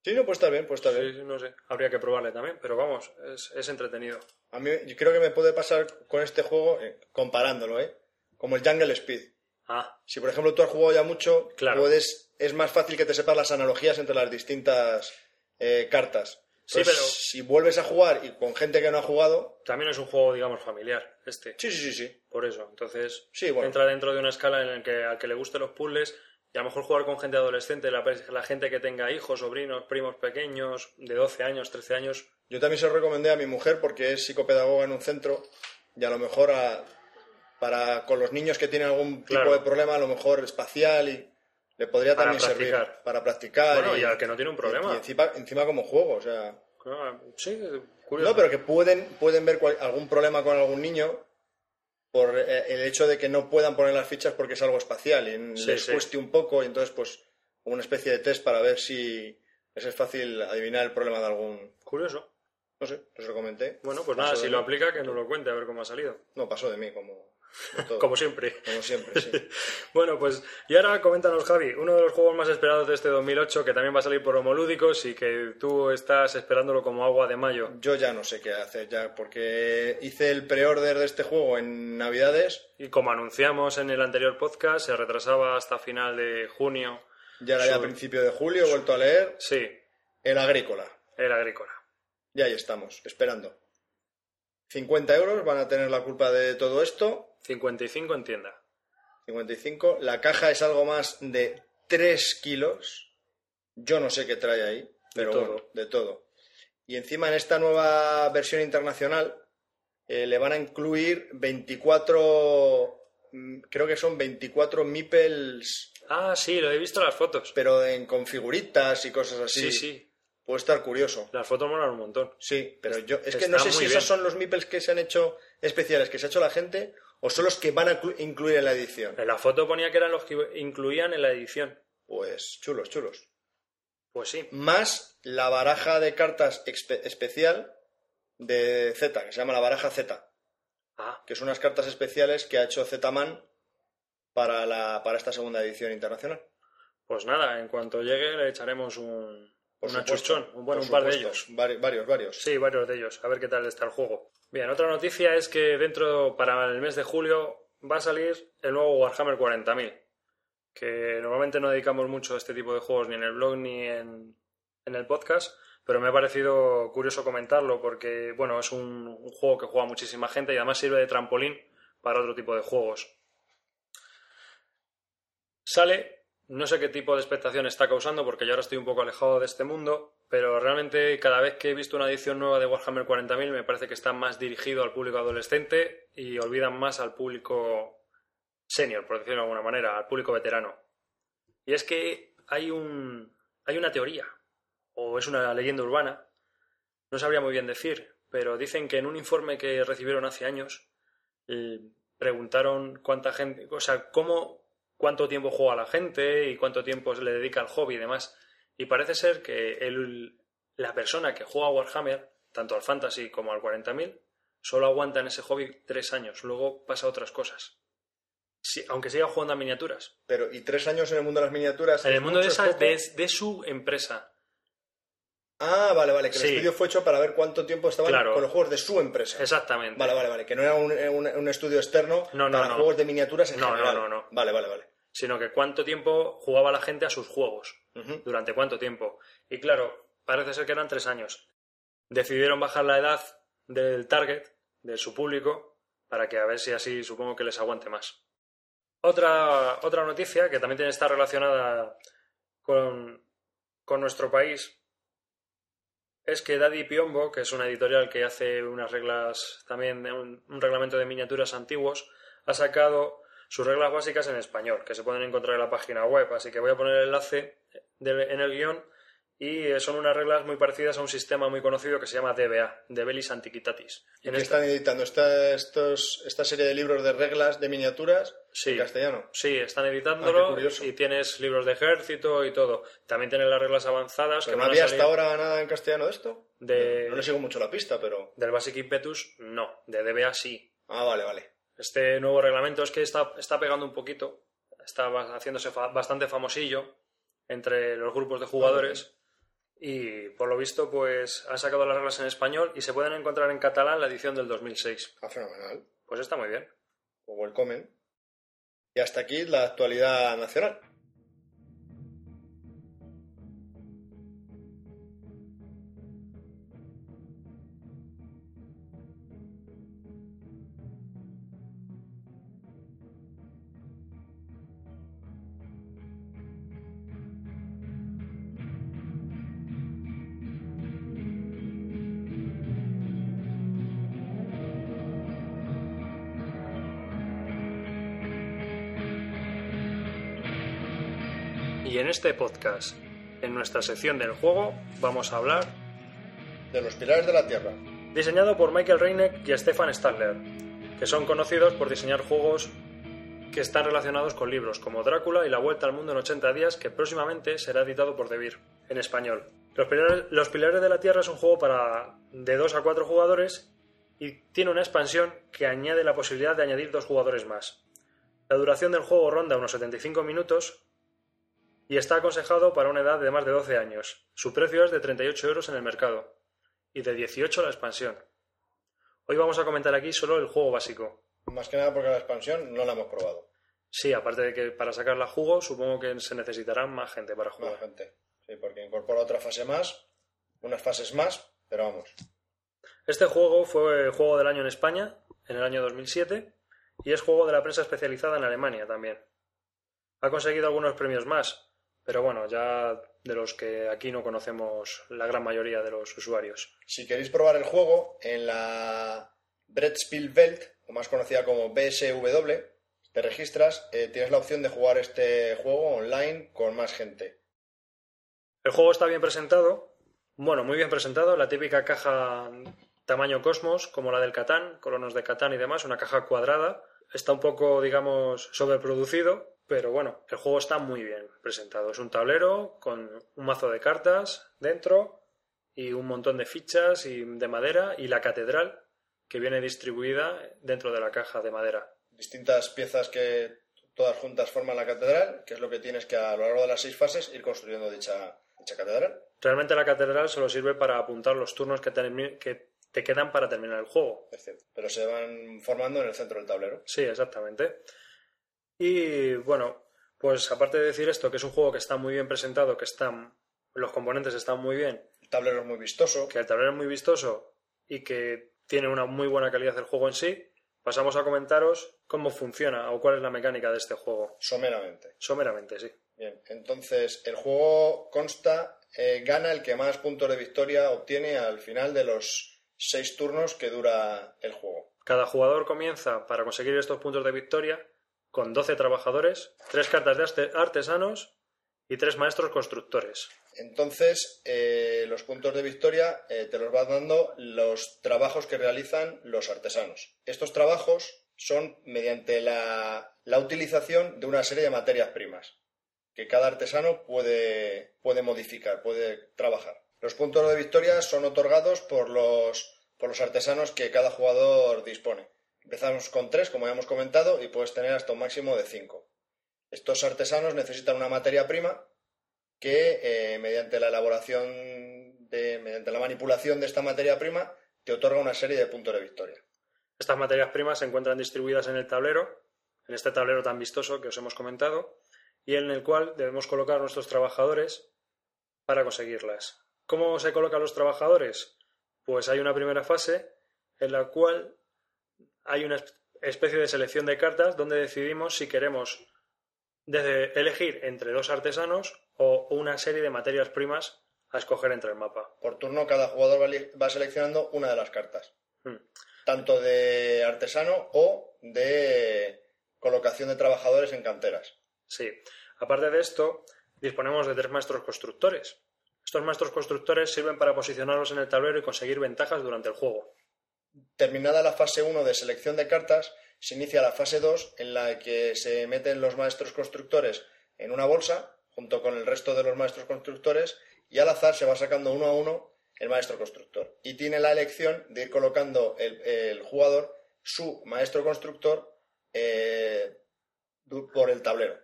Sí, no, pues está bien, pues está bien.
Sí, no sé, habría que probarle también, pero vamos, es, es entretenido.
A mí yo creo que me puede pasar con este juego, eh, comparándolo, ¿eh? Como el Jungle Speed.
Ah,
Si, por ejemplo, tú has jugado ya mucho,
Claro.
puedes, es más fácil que te sepas las analogías entre las distintas eh, cartas.
Sí,
Entonces,
pero-
Si vuelves a jugar y con gente que no ha jugado...
también es un juego, digamos, familiar, este.
Sí, sí, sí, sí.
Por eso, entonces
Sí, bueno.
entra dentro de una escala en la que al que le gusten los puzzles, y a lo mejor jugar con gente adolescente, la, pe- la gente que tenga hijos, sobrinos, primos pequeños, de 12 años, 13 años,
Yo también se lo recomendé a mi mujer porque es psicopedagoga en un centro y a lo mejor a- para con los niños que tienen algún
Claro.
tipo de problema, a lo mejor espacial, y le podría
Para
también servir
practicar.
para practicar.
Bueno, y al que no tiene un problema.
Ah, Y, encima, encima como juego, o sea...
Ah, sí, curioso.
No, pero que pueden, pueden ver cual- algún problema con algún niño por eh, el hecho de que no puedan poner las fichas porque es algo espacial y n-
Sí,
les
sí.
cueste un poco y entonces pues una especie de test para ver si les es fácil adivinar el problema de algún...
Curioso.
No sé, os lo comenté.
Bueno, pues
Pasó
nada,
de
si
mí.
lo aplica, que nos lo cuente, a ver cómo ha salido.
No, pasó de mí, como, de todo.
Como siempre.
Como siempre, sí.
Bueno, pues y ahora coméntanos, Javi, uno de los juegos más esperados de este 2008, que también va a salir por Homolúdicos y que tú estás esperándolo como agua de mayo.
Yo ya no sé qué hacer ya, porque hice el pre-order de este juego en Navidades,
Y como anunciamos en el anterior podcast, se retrasaba hasta final de junio.
ya era ya a
Su-
principio de julio, he vuelto a leer,
Sí,
El Agrícola.
el agrícola.
Y ahí estamos, esperando. 50 euros van a tener la culpa de todo esto.
55 en tienda.
55. La caja es algo más de 3 kilos. Yo no sé qué trae ahí, pero
todo.
bueno, de todo. Y encima en esta nueva versión internacional eh, le van a incluir 24, mm, creo que son 24 meeples,
Ah, sí, lo he visto en las fotos.
pero en, con figuritas y cosas así.
Sí, sí,
Puede estar curioso.
las fotos molan un montón.
Sí, pero yo es que no
está
sé si
muy bien.
esos son los meeples que se han hecho especiales, que se ha hecho la gente, o son los que van a inclu- incluir en la edición.
En la foto ponía que eran los que incluían en la edición.
Pues chulos, chulos.
Pues sí,
Más la baraja de cartas expe- especial de Z, que se llama la baraja Z,
ah,
que son unas cartas especiales que ha hecho Z-Man para, la- para esta segunda edición internacional.
pues nada, en cuanto llegue le echaremos un,
Por
un
supuesto.
achuchón, un, bueno,
Por
un par de
supuesto.
ellos.
Vari- varios, varios.
Sí, varios de ellos. A ver qué tal está el juego. Bien, otra noticia es que dentro, para el mes de julio, va a salir el nuevo Warhammer 40.000. Que normalmente no dedicamos mucho a este tipo de juegos ni en el blog ni en, en el podcast. Pero me ha parecido curioso comentarlo porque, bueno, es un, un juego que juega muchísima gente y además sirve de trampolín para otro tipo de juegos. Sale, no sé qué tipo de expectación está causando porque yo ahora estoy un poco alejado de este mundo, pero realmente cada vez que he visto una edición nueva de Warhammer 40.000 me parece que está más dirigido al público adolescente y olvidan más al público senior, por decirlo de alguna manera, al público veterano. Y es que hay un hay una teoría o es una leyenda urbana, no sabría muy bien decir, pero dicen que en un informe que recibieron hace años eh, preguntaron cuánta gente, o sea, cómo, cuánto tiempo juega la gente y cuánto tiempo se le dedica al hobby y demás. Y parece ser que el- la persona que juega a Warhammer, tanto al Fantasy como al 40.000, solo aguanta en ese hobby tres años. Luego pasa a otras cosas. Si- aunque siga jugando a miniaturas.
Pero, y tres años en el mundo de las miniaturas.
En el
¿es
mundo de,
mucho, es
esa,
poco?
de, de su empresa.
Ah, vale, vale, que el
Sí.
estudio fue hecho para ver cuánto tiempo estaban
Claro.
con los juegos de su empresa.
Exactamente.
Vale, vale, vale. Que no era un, eh, un- un estudio externo
No, no,
para
no.
juegos de miniaturas en
No, no,
general.
no, no.
Vale, vale, vale.
Sino que cuánto tiempo jugaba la gente a sus juegos.
Ujú.
durante cuánto tiempo. Y claro, parece ser que eran tres años. Decidieron bajar la edad del target, de su público, para que a ver si así supongo que les aguante más. Otra, otra noticia que también está relacionada con, con nuestro país es que Daddy Piombo, que es una editorial que hace unas reglas, también un, un reglamento de miniaturas antiguos, ha sacado sus reglas básicas en español, que se pueden encontrar en la página web. Así que voy a poner el enlace del- en el guión. Y eh, son unas reglas muy parecidas a un sistema muy conocido que se llama DBA, Debelis Antiquitatis.
¿Y
En este
qué
esta-
están editando? Esta, estos, esta serie de libros de reglas de miniaturas
Sí.
en castellano.
Sí, están
Ah, qué
editándolo
curioso.
y tienes libros de ejército y todo. También tienen las reglas avanzadas
Pero
que
no
van a
había
salir
hasta ahora nada en castellano de esto.
de-
No le sigo mucho la pista, pero.
del Basic Impetus, no, de DBA sí.
Ah, vale, vale.
Este nuevo reglamento es que está, está pegando un poquito está ba- haciéndose fa- bastante famosillo entre los grupos de
Ah,
jugadores y por lo visto pues han sacado las reglas en español y se pueden encontrar en catalán la edición del 2006.
Ah, fenomenal.
Pues está muy bien.
O welcome. Y hasta aquí la actualidad nacional.
Y en este podcast, en nuestra sección del juego, vamos a hablar
De los pilares de la Tierra.
diseñado por Michael Reineck y Stefan Stadler, que son conocidos por diseñar juegos que están relacionados con libros como Drácula y La Vuelta al Mundo en 80 días, que próximamente será editado por Devir en español. Los Pilares, Los Pilares de la Tierra es un juego para de 2 a 4 jugadores y tiene una expansión que añade la posibilidad de añadir dos jugadores más. La duración del juego ronda unos 75 minutos y está aconsejado para una edad de más de 12 años. Su precio es de 38 euros en el mercado y de 18 la expansión. Hoy vamos a comentar aquí solo el juego básico.
Más que nada porque la expansión no la hemos probado.
Sí, aparte de que para sacarla a jugo, supongo que se necesitará más gente para
Más
jugar.
gente. Sí, porque incorpora otra fase más, unas fases más, pero vamos.
Este juego fue juego del año en España, en el año 2007, y es juego de la prensa especializada en Alemania también. Ha conseguido algunos premios más, pero bueno, ya de los que aquí no conocemos la gran mayoría de los usuarios.
Si queréis probar el juego, en la Brettspielwelt, o más conocida como BSW, te registras, eh, tienes la opción de jugar este juego online con más gente.
El juego está bien presentado, bueno, muy bien presentado, la típica caja tamaño Cosmos, como la del Catán, colonos de Catán y demás, una caja cuadrada. Está un poco, digamos, sobreproducido, pero bueno, el juego está muy bien presentado. Es un tablero con un mazo de cartas dentro y un montón de fichas y de madera y la catedral que viene distribuida dentro de la caja de madera.
Distintas piezas que todas juntas forman la catedral, que es lo que tienes que a lo largo de las seis fases ir construyendo dicha, dicha catedral.
Realmente la catedral solo sirve para apuntar los turnos que termi- que te quedan para terminar el juego.
Es cierto, pero se van formando en el centro del tablero.
Sí, exactamente. Y bueno, pues aparte de decir esto, que es un juego que está muy bien presentado, que están los componentes están muy bien,
El tablero es muy vistoso.
que el tablero es muy vistoso y que tiene una muy buena calidad del juego en sí, pasamos a comentaros cómo funciona o cuál es la mecánica de este juego.
Someramente.
Someramente, sí.
Bien, entonces el juego consta, eh, gana el que más puntos de victoria obtiene al final de los seis turnos que dura el juego.
Cada jugador comienza para conseguir estos puntos de victoria con 12 trabajadores, 3 cartas de arte- artesanos y 3 maestros constructores.
Entonces, eh, los puntos de victoria eh, te los van dando los trabajos que realizan los artesanos. Estos trabajos son mediante la, la utilización de una serie de materias primas que cada artesano puede, puede modificar, puede trabajar. Los puntos de victoria son otorgados por los, por los artesanos que cada jugador dispone. Empezamos con tres, como ya hemos comentado, y puedes tener hasta un máximo de cinco. Estos artesanos necesitan una materia prima que eh, mediante la elaboración de, mediante la manipulación de esta materia prima, te otorga una serie de puntos de victoria.
Estas materias primas se encuentran distribuidas en el tablero, en este tablero tan vistoso que os hemos comentado, y en el cual debemos colocar nuestros trabajadores para conseguirlas. ¿Cómo se colocan los trabajadores? Pues hay una primera fase en la cual hay una esp- especie de selección de cartas donde decidimos si queremos desde elegir entre dos artesanos o una serie de materias primas a escoger entre el mapa.
Por turno, cada jugador va, li- va seleccionando una de las cartas,
Hmm.
tanto de artesano o de colocación de trabajadores en canteras.
Sí. Aparte de esto, disponemos de tres maestros constructores. Estos maestros constructores sirven para posicionarlos en el tablero y conseguir ventajas durante el juego.
Terminada la fase 1 de selección de cartas, se inicia la fase 2 en la que se meten los maestros constructores en una bolsa junto con el resto de los maestros constructores y al azar se va sacando uno a uno el maestro constructor. Y tiene la elección de ir colocando el, el jugador su maestro constructor eh, du- por el tablero.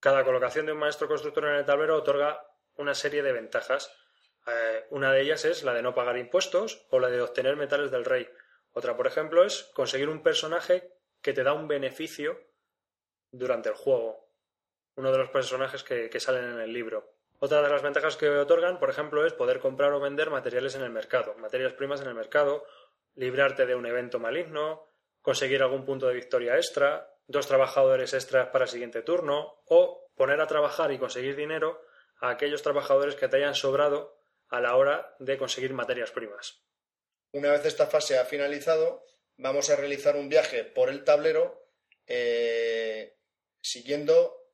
Cada colocación de un maestro constructor en el tablero otorga una serie de ventajas. Eh, una de ellas es la de no pagar impuestos o la de obtener metales del rey. Otra, por ejemplo, es conseguir un personaje que te da un beneficio durante el juego. Uno de los personajes que, que salen en el libro. Otra de las ventajas que otorgan, por ejemplo, es poder comprar o vender materiales en el mercado, materias primas en el mercado, librarte de un evento maligno, conseguir algún punto de victoria extra, dos trabajadores extras para el siguiente turno, o poner a trabajar y conseguir dinero a aquellos trabajadores que te hayan sobrado a la hora de conseguir materias primas.
Una vez esta fase ha finalizado, vamos a realizar un viaje por el tablero eh, siguiendo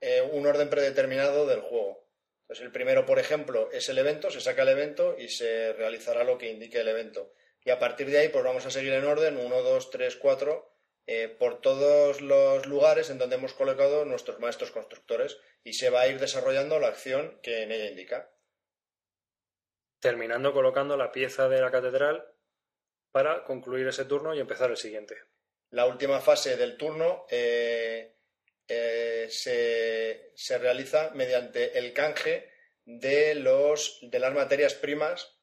eh, un orden predeterminado del juego. Entonces, el primero, por ejemplo, es el evento, se saca el evento y se realizará lo que indique el evento. Y a partir de ahí, pues vamos a seguir en orden 1, 2, 3, 4, eh, por todos los lugares en donde hemos colocado nuestros maestros constructores y se va a ir desarrollando la acción que en ella indica.
Terminando colocando la pieza de la catedral para concluir ese turno y empezar el siguiente.
La última fase del turno eh, eh, se, se realiza mediante el canje de, los, de las materias primas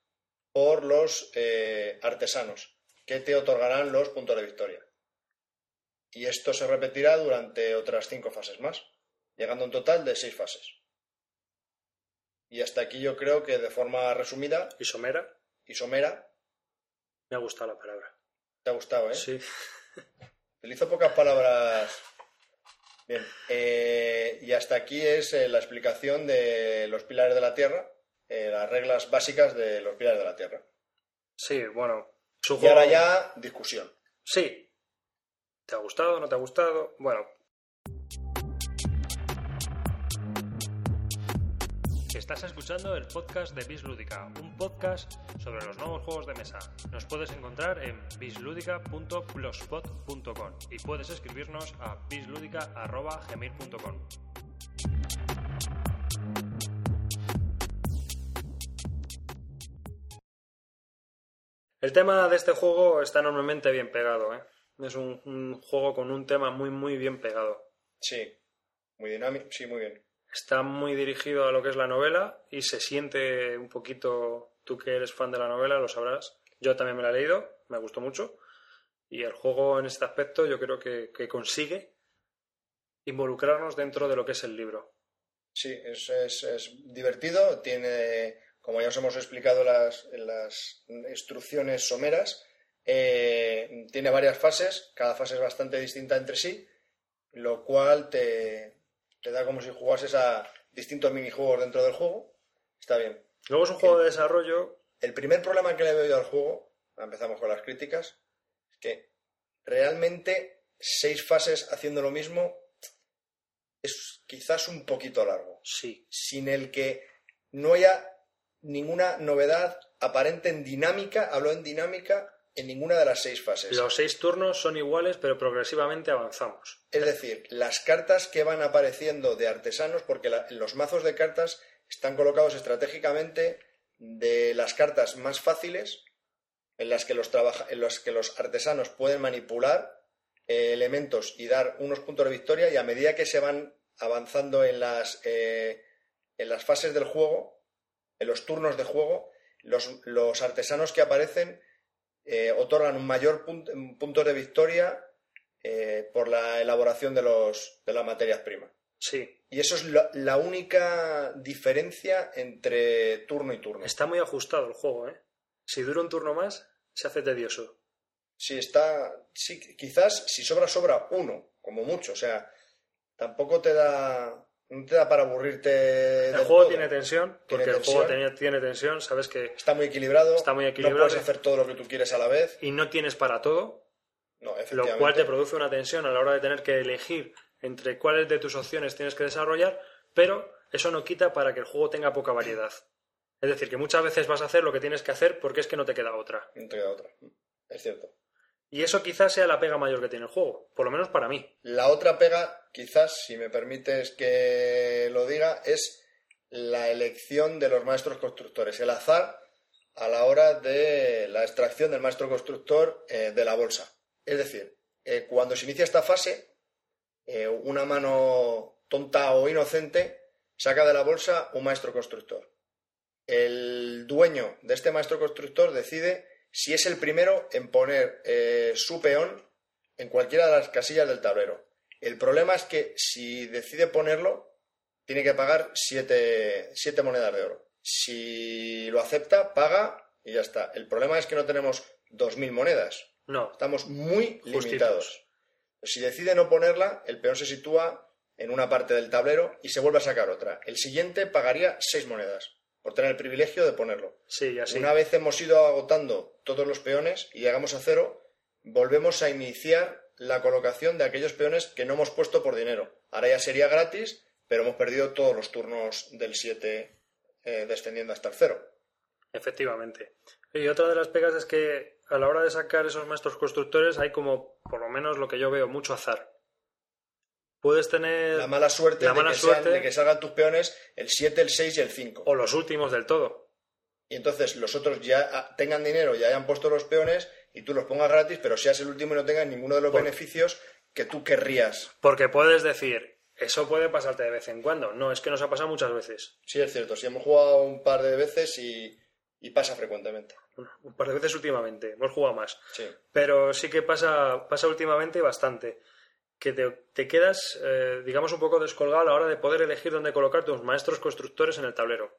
por los eh, artesanos, que te otorgarán los puntos de victoria. Y esto se repetirá durante otras cinco fases más, llegando a un total de seis fases. Y hasta aquí yo creo que de forma resumida
¿Y somera?
y somera,
Me ha gustado la palabra.
te ha gustado, ¿eh?
Sí.
Utilizo pocas palabras. Bien, eh, y hasta aquí es eh, la explicación de los pilares de la Tierra, eh, las reglas básicas de los pilares de la Tierra.
Sí, bueno. Su
Y ahora ya, discusión.
Sí. ¿Te ha gustado? ¿No te ha gustado? Bueno. Estás escuchando el podcast de Bislúdica, un podcast sobre los nuevos juegos de mesa. Nos puedes encontrar en bisludica.blogspot.com y puedes escribirnos a bisludica.gmail.com. El tema de este juego está enormemente bien pegado, ¿eh? Es un, un juego con un tema muy, muy bien pegado.
Sí, muy dinámico, sí, muy bien.
Está muy dirigido a lo que es la novela y se siente un poquito, tú que eres fan de la novela lo sabrás, yo también me la he leído, me gustó mucho y el juego en este aspecto yo creo que, que consigue involucrarnos dentro de lo que es el libro.
Sí, es, es- es divertido, tiene, como ya os hemos explicado las, en las instrucciones someras, eh, tiene varias fases, cada fase es bastante distinta entre sí, lo cual te, te da como si jugases a distintos minijuegos dentro del juego. Está bien.
Luego es un juego de desarrollo,
El primer problema que le veo yo al juego, empezamos con las críticas, es que realmente seis fases haciendo lo mismo es quizás un poquito largo
sí,
sin el que no haya ninguna novedad aparente en dinámica, hablo en dinámica, en ninguna de las seis fases.
los seis turnos son iguales pero progresivamente avanzamos.
Es decir, las cartas que van apareciendo de artesanos, porque la- los mazos de cartas están colocados estratégicamente de las cartas más fáciles, en las que los, trabaja- en las que los artesanos pueden manipular eh, elementos y dar unos puntos de victoria, y a medida que se van avanzando en las, eh, en las fases del juego, en los turnos de juego, los, los artesanos que aparecen eh, otorgan un mayor punto puntos de victoria eh, por la elaboración de, los, de las materias primas.
Sí,
Y eso es la, la única diferencia entre turno y turno.
Está muy ajustado el juego, ¿eh? Si dura un turno más, se hace tedioso.
Si está, sí, quizás si sobra, sobra uno, como mucho. O sea, tampoco te da, no te da para aburrirte.
El
del
juego
todo.
tiene tensión,
Tiene
porque el juego
tensión.
tenía- tiene tensión, sabes que...
Está muy equilibrado.
Está muy
No
equilibrado.
puedes hacer todo lo que tú quieres a la vez.
Y no tienes para todo,
No,
lo
efectivamente.
cual te produce una tensión a la hora de tener que elegir entre cuáles de tus opciones tienes que desarrollar, pero eso no quita para que el juego tenga poca variedad. Es decir, que muchas veces vas a hacer lo que tienes que hacer porque es que no te queda otra.
No te queda otra. Es cierto.
Y eso quizás sea la pega mayor que tiene el juego, por lo menos para mí.
La otra pega, quizás, si me permites que lo diga, es la elección de los maestros constructores, el azar a la hora de la extracción del maestro constructor eh, de la bolsa. Es decir, eh, cuando se inicia esta fase, eh, una mano tonta o inocente, saca de la bolsa un maestro constructor. El dueño de este maestro constructor decide si es el primero en poner eh, su peón en cualquiera de las casillas del tablero. El problema es que si decide ponerlo, tiene que pagar siete, siete monedas de oro. Si lo acepta, paga y ya está. El problema es que no tenemos dos mil monedas.
No.
Estamos muy limitados. Si decide no ponerla, el peón se sitúa en una parte del tablero y se vuelve a sacar otra. El siguiente pagaría seis monedas por tener el privilegio de ponerlo.
Sí, así.
Una vez hemos ido agotando todos los peones y llegamos a cero, volvemos a iniciar la colocación de aquellos peones que no hemos puesto por dinero. Ahora ya sería gratis, pero hemos perdido todos los turnos del 7 eh, descendiendo hasta el cero.
Efectivamente. Y otra de las pegas es que a la hora de sacar esos maestros constructores hay como, por lo menos lo que yo veo, mucho azar. Puedes tener
La mala suerte,
Eh, La mala
de, que sean-
suerte.
de que salgan tus peones el 7, el 6 y el 5.
o los últimos del todo.
Y entonces los otros ya ah, tengan dinero, ya hayan puesto los peones y tú los pongas gratis, pero seas el último y no tengas ninguno de los
Por-
beneficios que tú querrías.
Porque puedes decir, eso puede pasarte de vez en cuando. No, es que nos ha pasado muchas veces.
Sí, es cierto. Sí, hemos jugado un par de veces y, y pasa frecuentemente.
Un par de veces últimamente. Hemos jugado más.
Sí.
Pero sí que pasa, pasa últimamente bastante. Que te, te quedas, eh, digamos, un poco descolgado a la hora de poder elegir dónde colocar tus maestros constructores en el tablero.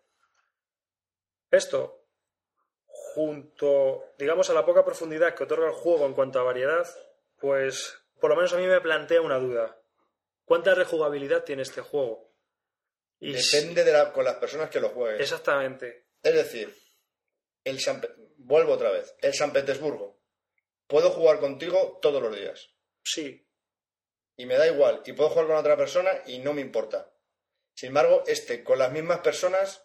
Esto, junto, digamos, a la poca profundidad que otorga el juego en cuanto a variedad, pues por lo menos a mí me plantea una duda. ¿Cuánta rejugabilidad tiene este juego? Y si-
Depende de la- con las personas que lo jueguen.
Exactamente.
Es decir, el San Pe- vuelvo otra vez, el San Petersburgo. Puedo jugar contigo todos los días.
Sí,
y me da igual, y puedo jugar con otra persona y no me importa. Sin embargo, este, con las mismas personas,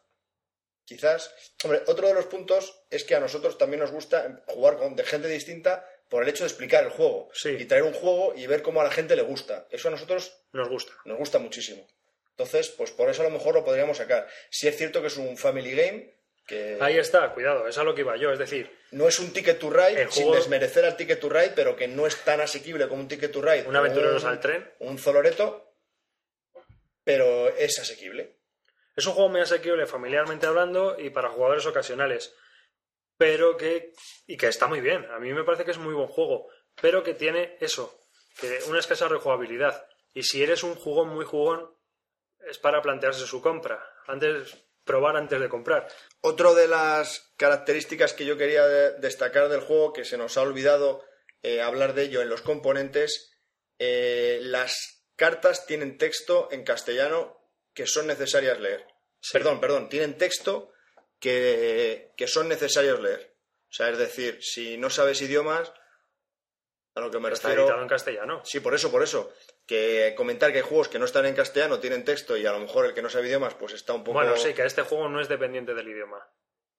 quizás... Hombre, otro de los puntos es que a nosotros también nos gusta jugar con de gente distinta por el hecho de explicar el juego.
Sí.
Y traer un juego y ver cómo a la gente le gusta. Eso a nosotros
nos gusta.
nos gusta muchísimo. Entonces, pues por eso a lo mejor lo podríamos sacar. Si es cierto que es un family game, que
Ahí está, cuidado, es a lo que iba yo. Es decir,
no es un ticket to ride,
El
sin
juego-
desmerecer al ticket to ride, pero que no es tan asequible como un ticket to ride.
un aventureros
o un-
al tren.
un Zoloreto, pero es asequible.
Es un juego muy asequible familiarmente hablando y para jugadores ocasionales. Pero que. Y que está muy bien. A mí me parece que es muy buen juego. Pero que tiene eso. Que una escasa rejugabilidad. Y si eres un jugón muy jugón, es para plantearse su compra. Antes. Probar antes de comprar.
Otro de las características que yo quería de- destacar del juego, que se nos ha olvidado eh, hablar de ello en los componentes, eh, las cartas tienen texto en castellano que son necesarias leer. Perdón, perdón, tienen texto que, que son necesarios leer. O sea, es decir, si no sabes idiomas, a lo que me
Está
refiero...
editado en castellano.
Sí, por eso, por eso. Que comentar que hay juegos que no están en castellano, tienen texto y a lo mejor el que no sabe idiomas, pues está un poco.
Bueno, sí, que este juego no es dependiente del idioma.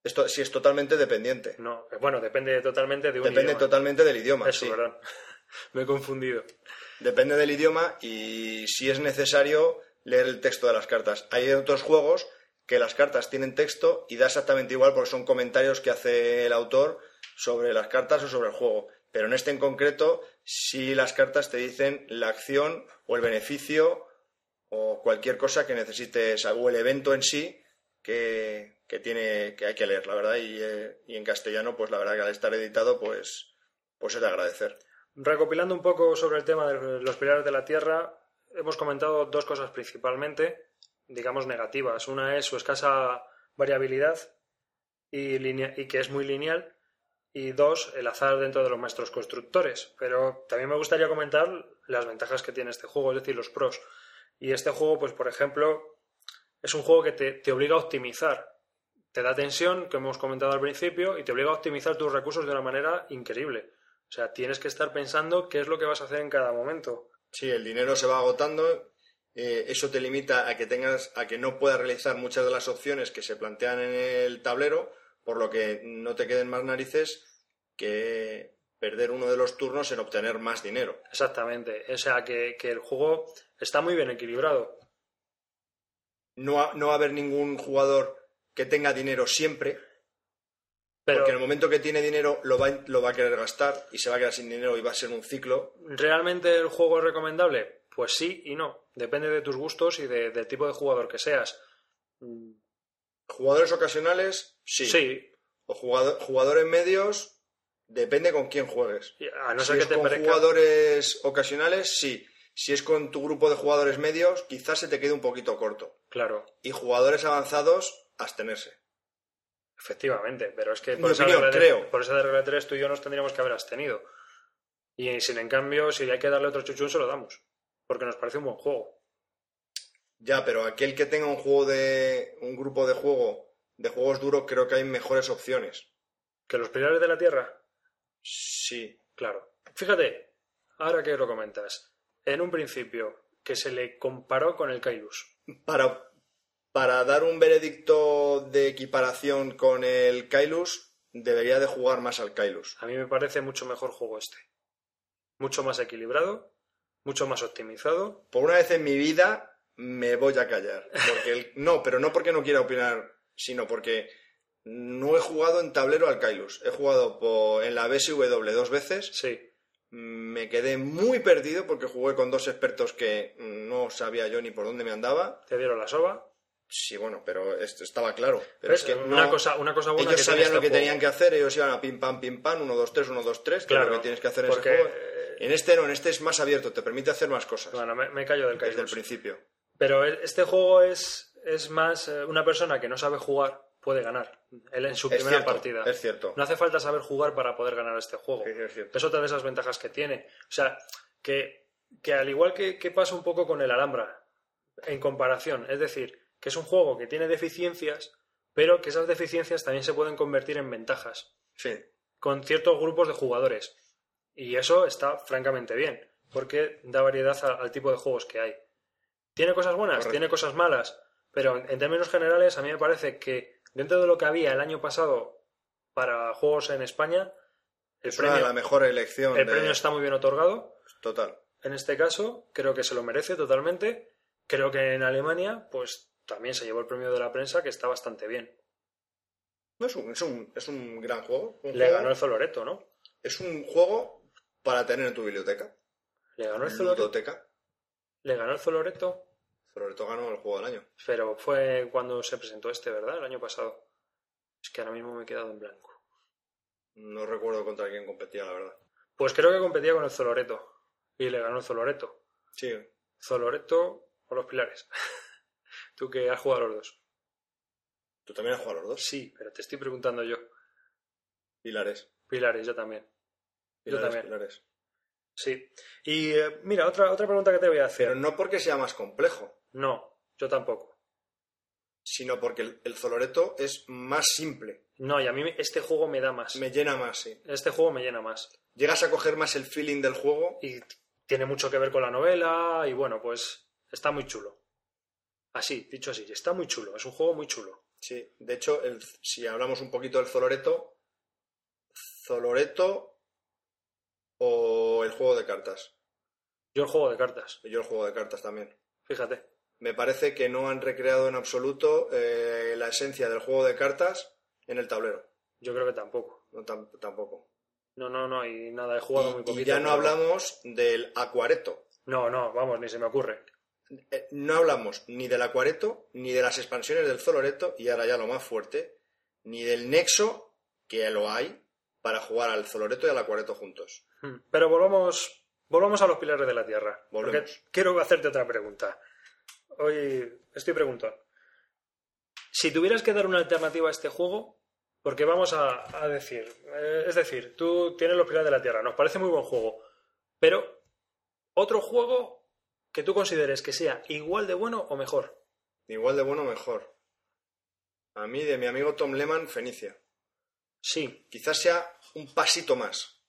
Esto sí es totalmente dependiente.
No, eh, bueno, depende totalmente de un
Depende
idioma.
totalmente del idioma.
Eso,
sí.
perdón. Me he confundido.
Depende del idioma y si es necesario leer el texto de las cartas. Hay otros juegos que las cartas tienen texto y da exactamente igual porque son comentarios que hace el autor sobre las cartas o sobre el juego. Pero en este en concreto, si las cartas te dicen la acción o el beneficio o cualquier cosa que necesites o el evento en sí que, que tiene que hay que leer, la verdad. Y, eh, y en castellano, pues la verdad que al estar editado, pues, pues es de agradecer.
Recopilando un poco sobre el tema de los pilares de la Tierra, hemos comentado dos cosas principalmente, digamos negativas. Una es su escasa variabilidad y, linea- y que es muy lineal. Y dos, el azar dentro de los maestros constructores. Pero también me gustaría comentar las ventajas que tiene este juego, es decir, los pros. Y este juego, pues por ejemplo, es un juego que te, te obliga a optimizar. Te da tensión, que hemos comentado al principio, y te obliga a optimizar tus recursos de una manera increíble. O sea, tienes que estar pensando qué es lo que vas a hacer en cada momento.
Sí, el dinero se va agotando. eh, eso te limita a que tengas, a que no puedas realizar muchas de las opciones que se plantean en el tablero, por lo que no te queden más narices que perder uno de los turnos en obtener más dinero.
Exactamente. O sea, que, que el juego está muy bien equilibrado.
No, ha- no va a haber ningún jugador que tenga dinero siempre,
Pero
porque en el momento que tiene dinero lo va, lo va a querer gastar y se va a quedar sin dinero y va a ser un ciclo.
¿realmente el juego es recomendable? Pues sí y no. Depende de tus gustos y de- del tipo de jugador que seas. Mm,
Jugadores ocasionales, sí.
Sí.
O jugado- jugadores medios, depende con quién juegues.
Y A no
si
ser
es
que te
con
parezca.
jugadores ocasionales, sí. Si es con tu grupo de jugadores medios, quizás se te quede un poquito corto.
Claro,
Y jugadores avanzados, abstenerse.
efectivamente. Pero es que
Mi
por esa,
opinión,
regla de,
creo.
por esa regla de tres tú y yo nos tendríamos que haber abstenido. Y sin en cambio, si hay que darle otro chuchón, se lo damos. Porque nos parece un buen juego.
Ya, pero aquel que tenga un juego de. un grupo de juego de juegos duros, creo que hay mejores opciones.
¿Que los pilares de la tierra?
Sí.
Claro. Fíjate, ahora que lo comentas, en un principio que se le comparó con el Kailus.
Para, para dar un veredicto de equiparación con el Kailus, debería de jugar más al Kailus.
A mí me parece mucho mejor juego este. Mucho más equilibrado, mucho más optimizado.
Por una vez en mi vida me voy a callar. Porque el- no, pero no porque no quiera opinar, sino porque no he jugado en tablero al Kailus. He jugado po- en la BSW dos veces.
Sí,
Me quedé muy perdido porque jugué con dos expertos que no sabía yo ni por dónde me andaba.
te dieron la soba.
Sí, bueno, pero esto estaba claro. Pero
¿Ves?
es que
una,
no-
cosa, una cosa buena
ellos
que
sabían
tiene este
lo que
juego.
tenían que hacer, ellos iban a pim pam pim pam, 1, 2, 3, 1, 2, 3, que es
Claro,
lo que tienes que hacer en
porque,
ese juego.
eh,
En este no, en este es más abierto, te permite hacer más cosas
Bueno, me, me callo del
desde el
Kailus.
principio.
Pero e- este juego es, es más... eh, Una persona que no sabe jugar puede ganar. Él en su
Es
primera
cierto,
partida.
es cierto.
No hace falta saber jugar para poder ganar este juego.
Sí, sí, es cierto.
Es otra de esas ventajas que tiene. O sea, que, que al igual que, que pasa un poco con el Alhambra, en comparación, es decir, que es un juego que tiene deficiencias, pero que esas deficiencias también se pueden convertir en ventajas
Sí,
con ciertos grupos de jugadores. Y eso está francamente bien, porque da variedad a- al tipo de juegos que hay. Tiene cosas buenas,
Correcto.
tiene cosas malas, pero en, en términos generales a mí me parece que dentro de lo que había el año pasado para juegos en España, el,
es una de
premio,
las mejores elecciones.
el premio está muy bien otorgado.
Total.
En este caso, creo que se lo merece totalmente. Creo que en Alemania, pues también se llevó el premio de la prensa, que está bastante bien.
No, es, un, es, un, es un gran juego. un
Le
juego-
ganó el Zoloreto, ¿no?
Es un juego para tener en tu biblioteca.
Le ganó
Mm,
el Zoloreto.
Biblioteca.
Le ganó el Zoloreto.
Sobre todo ganó el juego del año.
Pero fue cuando se presentó este, ¿verdad? El año pasado. Es que ahora mismo me he quedado en blanco.
No recuerdo contra quién competía, la verdad.
Pues creo que competía con el Zoloreto. Y le ganó el Zoloreto.
Sí,
Zoloreto o los pilares. Tú que has jugado a los dos.
tú también has jugado a los dos.
Sí, pero te estoy preguntando yo.
Pilares.
Pilares, yo también. Yo
Pilares,
también.
Pilares.
Sí. Y eh, mira, otra, otra pregunta que te voy a hacer.
Pero no porque sea más complejo,
No, yo tampoco.
sino porque el, el Zoloreto es más simple.
No, y a mí me- este juego me da más.
Me llena más, sí.
Este juego me llena más.
Llegas a coger más el feeling del juego.
y t- tiene mucho que ver con la novela y bueno, pues está muy chulo. Así, dicho así, está muy chulo, es un juego muy chulo.
Sí, de hecho, el- si hablamos un poquito del Zoloreto, Zoloreto o el juego de cartas.
Yo el juego de cartas,
Yo el juego de cartas también.
fíjate.
Me parece que no han recreado en absoluto eh, la esencia del juego de cartas en el tablero.
Yo creo que tampoco.
No, tam- tampoco.
No, no, no, y nada, he jugado muy
Y-
poquito.
y ya no
pero-
hablamos del acuareto.
No, no, vamos, ni se me ocurre.
Eh, no hablamos ni del Acuareto, ni de las expansiones del Zoloreto, y ahora ya lo más fuerte, ni del Nexo, que ya lo hay, para jugar al Zoloreto y al Acuareto juntos.
Hmm. Pero volvamos, volvamos a los pilares de la tierra. Porque
Volvemos.
quiero hacerte otra pregunta. Hoy estoy preguntón. Si tuvieras que dar una alternativa a este juego, porque vamos a, a decir, eh, es decir, tú tienes los pilares de la tierra, nos parece muy buen juego, pero otro juego que tú consideres que sea igual de bueno o mejor.
Igual de bueno, mejor. A mí, de mi amigo Tom Lehman, Fenicia.
Sí,
Quizás sea un pasito más.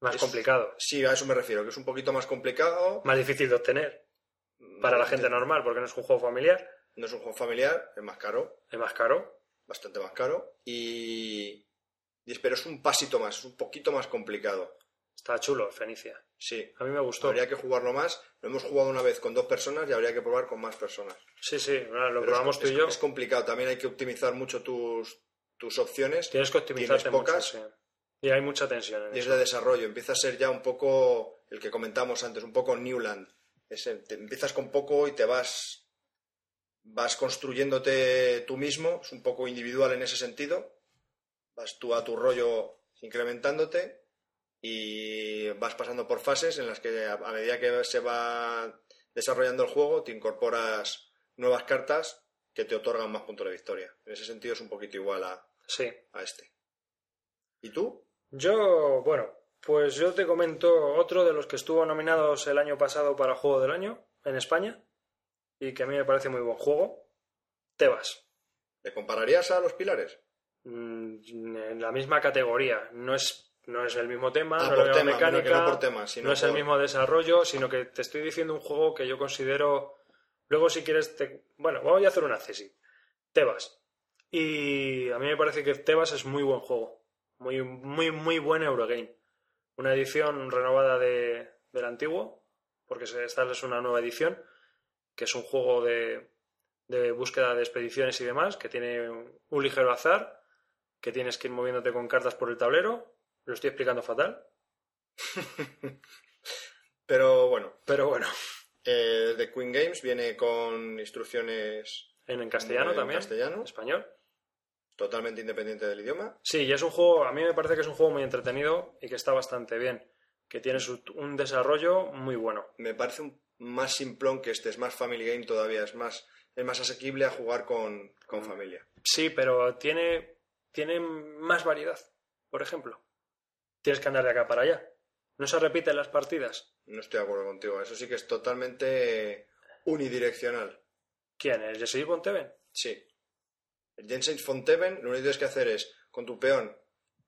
más
Es-
complicado,
Sí, a eso me refiero, que es un poquito más complicado.
más difícil de obtener para la gente normal, porque no es un juego familiar,
No es un juego familiar, es más caro,
es más caro.
bastante más caro. Y... y- Pero es un pasito más, es un poquito más complicado.
Está chulo, Fenicia.
Sí,
A mí me gustó.
Habría que jugarlo más. Lo hemos jugado una vez con dos personas y habría que probar con más personas.
Sí, sí, bueno, lo
Pero
probamos
es,
tú y
es-
yo.
Es complicado. También hay que optimizar mucho tus, tus opciones.
Tienes que optimizarte
tienes
mucho,
pocas.
sí. Y hay mucha tensión en
Y es
eso.
de desarrollo. Empieza a ser ya un poco el que comentamos antes, un poco Newland. Es el- te empiezas con poco y te vas, vas construyéndote tú mismo, es un poco individual en ese sentido, vas tú a tu rollo incrementándote y vas pasando por fases en las que a, a medida que se va desarrollando el juego te incorporas nuevas cartas que te otorgan más puntos de victoria. En ese sentido es un poquito igual a,
Sí.
a este. ¿Y tú?
Yo, bueno, pues yo te comento otro de los que estuvo nominados el año pasado para Juego del Año en España y que a mí me parece muy buen juego. Tebas.
¿Le compararías a los pilares?
Mm, En la misma categoría. No es, no es el mismo tema,
Ah,
no es la
por
misma
tema, pero que
mecánica,
no por tema, sino
no es el
por-
mismo desarrollo, sino que te estoy diciendo un juego que yo considero. Luego, si quieres, te... bueno, voy a hacer una tesis. Tebas. Y a mí me parece que Tebas es muy buen juego. Muy, muy, muy buen Eurogame. Una edición renovada de, del antiguo, porque se- esta es una nueva edición, que es un juego de, de búsqueda de expediciones y demás, que tiene un ligero azar, que tienes que ir moviéndote con cartas por el tablero. Lo estoy explicando fatal,
Pero bueno,
pero bueno.
eh, de Queen Games viene con instrucciones
En, en castellano
en
también.
castellano,
En español.
totalmente independiente del idioma.
Sí, y es un juego, a mí me parece que es un juego muy entretenido y que está bastante bien. Que tiene su- un desarrollo muy bueno.
Me parece un- más simplón que este, es más family game todavía, es más, es más asequible a jugar con,
Mm.
con familia.
Sí, pero tiene, tiene más variedad. Por ejemplo, tienes que andar de acá para allá. No se repiten las partidas.
No estoy de acuerdo contigo, eso sí que es totalmente unidireccional.
¿Quién? ¿El Jesse Bonteven?
Sí. El Jensen Fonteven, lo único que tienes que hacer es, con tu peón,